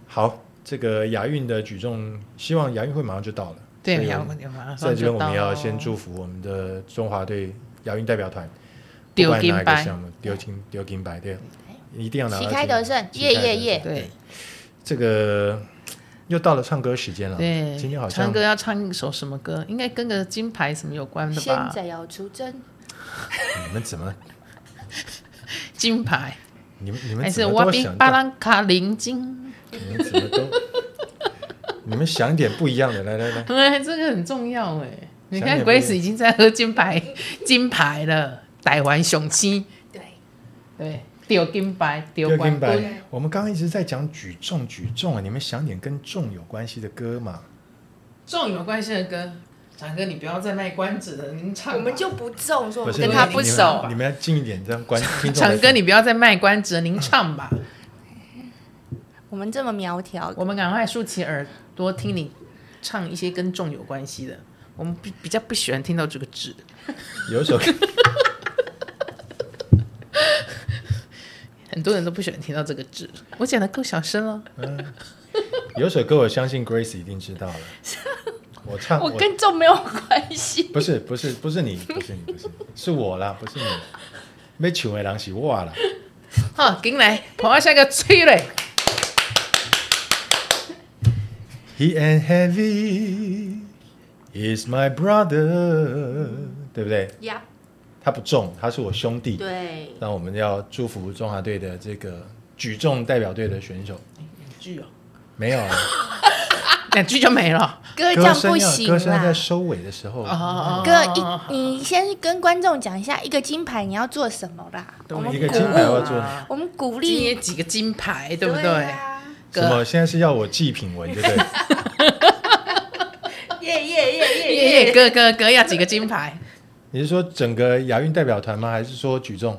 Speaker 1: 好，这个亚运的举重，希望亚运会马上就到了。所
Speaker 2: 对，
Speaker 1: 以
Speaker 2: 摇
Speaker 1: 我
Speaker 2: 呼
Speaker 1: 们
Speaker 2: 马
Speaker 1: 在这
Speaker 2: 上
Speaker 1: 边
Speaker 2: 就
Speaker 1: 我
Speaker 2: 到
Speaker 1: 们要先
Speaker 2: 咯
Speaker 1: 祝福我们的中华队亚运代表团。不
Speaker 2: 丢
Speaker 1: 管
Speaker 2: 金
Speaker 1: 哪一个
Speaker 2: 牌，
Speaker 1: 项目，丢金丢金牌对，一定要拿到
Speaker 3: 旗
Speaker 1: 金牌。
Speaker 3: 开得胜，
Speaker 1: 旗开
Speaker 3: 耶
Speaker 1: 得胜
Speaker 3: 耶耶！
Speaker 2: 对
Speaker 1: 这个又到了唱歌时间了，
Speaker 2: 对，
Speaker 1: 啊今天好像
Speaker 2: 唱歌要唱一首什么歌？应该跟个金牌什么有关的
Speaker 3: 现
Speaker 2: 吧？
Speaker 3: 在要出征，
Speaker 1: 你们怎么，
Speaker 2: 金牌
Speaker 1: 你们你
Speaker 2: 还
Speaker 1: 们
Speaker 2: 是
Speaker 1: 怎
Speaker 2: 瓦
Speaker 1: 么都
Speaker 2: 比
Speaker 1: 想
Speaker 2: 巴
Speaker 1: 到，
Speaker 2: 兰卡林金？ *laughs*
Speaker 1: 你们怎么都，你们想点不一样的，来来来，
Speaker 2: 哎，这个很重要哎！你
Speaker 1: 想
Speaker 2: 看
Speaker 1: 也不
Speaker 2: Grace 已经在喝金牌金牌了，台湾雄狮
Speaker 3: 对，
Speaker 2: 对丢金牌丢
Speaker 1: 丢
Speaker 2: 冠
Speaker 1: 金
Speaker 2: 军，
Speaker 1: 牌。我们刚刚一直在讲举重举重啊，你们想点跟重有关系的歌嘛？
Speaker 2: 重有关系的歌。长哥，你不要再卖关子了，您唱吧。
Speaker 3: 我们就不中，说
Speaker 1: 不
Speaker 3: 我们
Speaker 1: 是
Speaker 3: 跟
Speaker 1: 你
Speaker 3: 他
Speaker 1: 们
Speaker 3: 不
Speaker 1: 你们
Speaker 3: 熟。
Speaker 1: 你们要近一点，这样观听众来
Speaker 2: 长哥，
Speaker 1: 听
Speaker 2: 你不要再卖关子了，您唱吧。 *laughs*
Speaker 3: 我们这么苗条，
Speaker 2: 我们赶快竖起耳朵听你唱一些跟重有关系的。我们比比较不喜欢听到这个字。
Speaker 1: 有一首歌
Speaker 2: 很多人都不喜欢听到这个字。我讲的够小声了，
Speaker 1: 有首歌我相信 Grace 一定知
Speaker 3: *laughs*
Speaker 1: 道了。我唱
Speaker 4: 我跟这没有关系。
Speaker 1: 不是不是不是你不是你不是你是我啦，不是你。没求的人是我啦，
Speaker 2: 好，进来，跑到下一个吹嘞。
Speaker 1: He and heavy is my brother，对不对？
Speaker 4: 呀，
Speaker 1: 他不重，他是我兄弟。
Speaker 4: 对，
Speaker 1: 那我们要祝福中华队的这个举重代表队的选手，
Speaker 2: 两句哦，
Speaker 1: 没
Speaker 3: *laughs*
Speaker 1: 有啊，
Speaker 2: 两句就没了。
Speaker 3: 哥这
Speaker 1: 歌
Speaker 3: 样
Speaker 1: 声
Speaker 3: 不
Speaker 1: 要
Speaker 3: 行
Speaker 1: 歌声要
Speaker 3: 啦
Speaker 1: 在。收尾的时候，
Speaker 2: 哦，
Speaker 3: 哥，一你先跟观众讲一下，一个金牌你要做什么啦？我们
Speaker 1: 一个
Speaker 3: 鼓
Speaker 1: 金牌啊
Speaker 3: 舞，
Speaker 1: 要做
Speaker 3: 我们鼓
Speaker 2: 今
Speaker 3: 励，
Speaker 2: 年几个金牌，对不对？
Speaker 3: 啊
Speaker 1: 什么？现在是要我记品文，对不 *laughs* 对？
Speaker 4: 耶耶耶
Speaker 2: 耶耶，哥哥哥要几个金牌？
Speaker 1: 你是说整个亚运代表团吗？还是说举重？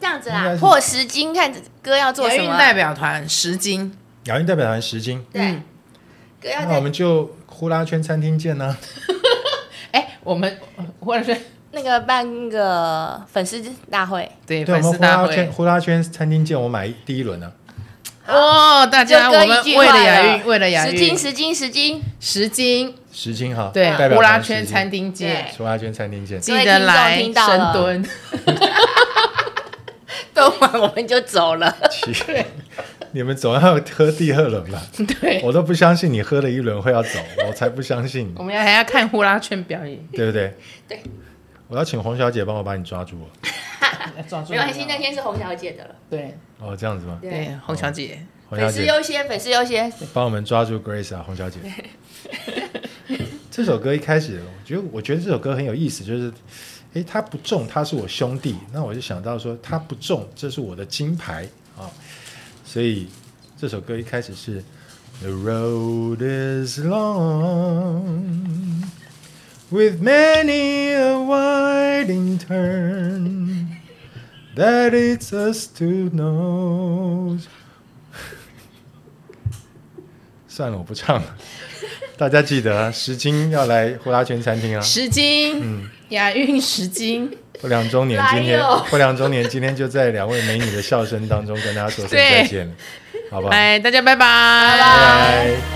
Speaker 4: 这样子
Speaker 1: 应该
Speaker 4: 啦，
Speaker 1: 是
Speaker 3: 破十金，看哥要 *laughs* 做
Speaker 2: 亚
Speaker 3: 什
Speaker 2: 运
Speaker 3: 么？啊
Speaker 2: 代表团十金，嗯
Speaker 1: 亚运代表团十金，
Speaker 2: Ừ.
Speaker 4: 对，
Speaker 3: 哥要
Speaker 1: 那我
Speaker 3: 在
Speaker 1: 们就呼啦圈餐厅见呢、
Speaker 2: 哎，我们或者是
Speaker 3: 那个办那个粉丝大会，
Speaker 2: 对
Speaker 1: 对，我们
Speaker 2: 粉丝
Speaker 1: 呼
Speaker 2: 大
Speaker 1: 啦圈
Speaker 2: 会
Speaker 1: 呼啦圈餐厅见，我买第一轮啊。
Speaker 2: 哦，大家
Speaker 3: 就哥
Speaker 2: 我
Speaker 3: 一
Speaker 2: 们
Speaker 3: 句
Speaker 2: 为
Speaker 3: 话
Speaker 2: 了亚运，为了亚
Speaker 3: 十金
Speaker 2: 运，
Speaker 3: 十金十金，
Speaker 2: 十金
Speaker 1: 十金哈，
Speaker 2: 对
Speaker 1: 代表
Speaker 2: 呼啦
Speaker 1: 团
Speaker 2: 圈
Speaker 1: 十金
Speaker 2: 餐厅见
Speaker 3: 对，
Speaker 1: 呼啦圈餐厅
Speaker 2: *laughs*
Speaker 1: 见。
Speaker 2: 记
Speaker 3: 各位
Speaker 2: 得
Speaker 3: 听众
Speaker 2: 来
Speaker 3: 听到
Speaker 2: 深
Speaker 3: 了
Speaker 2: 蹲。
Speaker 3: 动完我们就走了。
Speaker 1: 奇你们总要喝第二轮吧？
Speaker 2: 对，
Speaker 1: 我都不相信你喝了一轮会要走，我才不相
Speaker 2: *laughs*
Speaker 1: 信
Speaker 2: 我
Speaker 1: 你，
Speaker 2: 们要还要看呼啦圈表演，
Speaker 1: 对不对？
Speaker 3: 对，
Speaker 1: 我要请洪小姐帮我把你抓住哦。
Speaker 2: 要抓住
Speaker 3: 没关系，
Speaker 2: 你
Speaker 3: 那
Speaker 2: 哦
Speaker 3: 天是洪小姐的了。
Speaker 2: 对
Speaker 1: 哦，这样子吗？
Speaker 2: 对，洪小姐，
Speaker 1: 洪小
Speaker 3: 粉丝
Speaker 1: 姐，
Speaker 3: 优先，粉丝优先。
Speaker 1: 帮我们抓住 Grace 啊，洪小姐。这首歌一开始，我觉得我觉得这首歌很有意思，就是，诶，他不中，他是我兄弟，那我就想到说，他不中，这是我的金牌啊、所以这首歌一开始是 The road is long with many a winding turn that it's us to know。算了，我不唱了。大家记得啊，石金要来呼啦圈餐厅啊！
Speaker 2: 十金，亚运十金，
Speaker 1: 不良中年今天
Speaker 3: 来哟，
Speaker 1: 不良中年今天就在两位美女的笑声当中跟大家说声再见了，好不好？
Speaker 2: 来大家拜拜
Speaker 1: 拜拜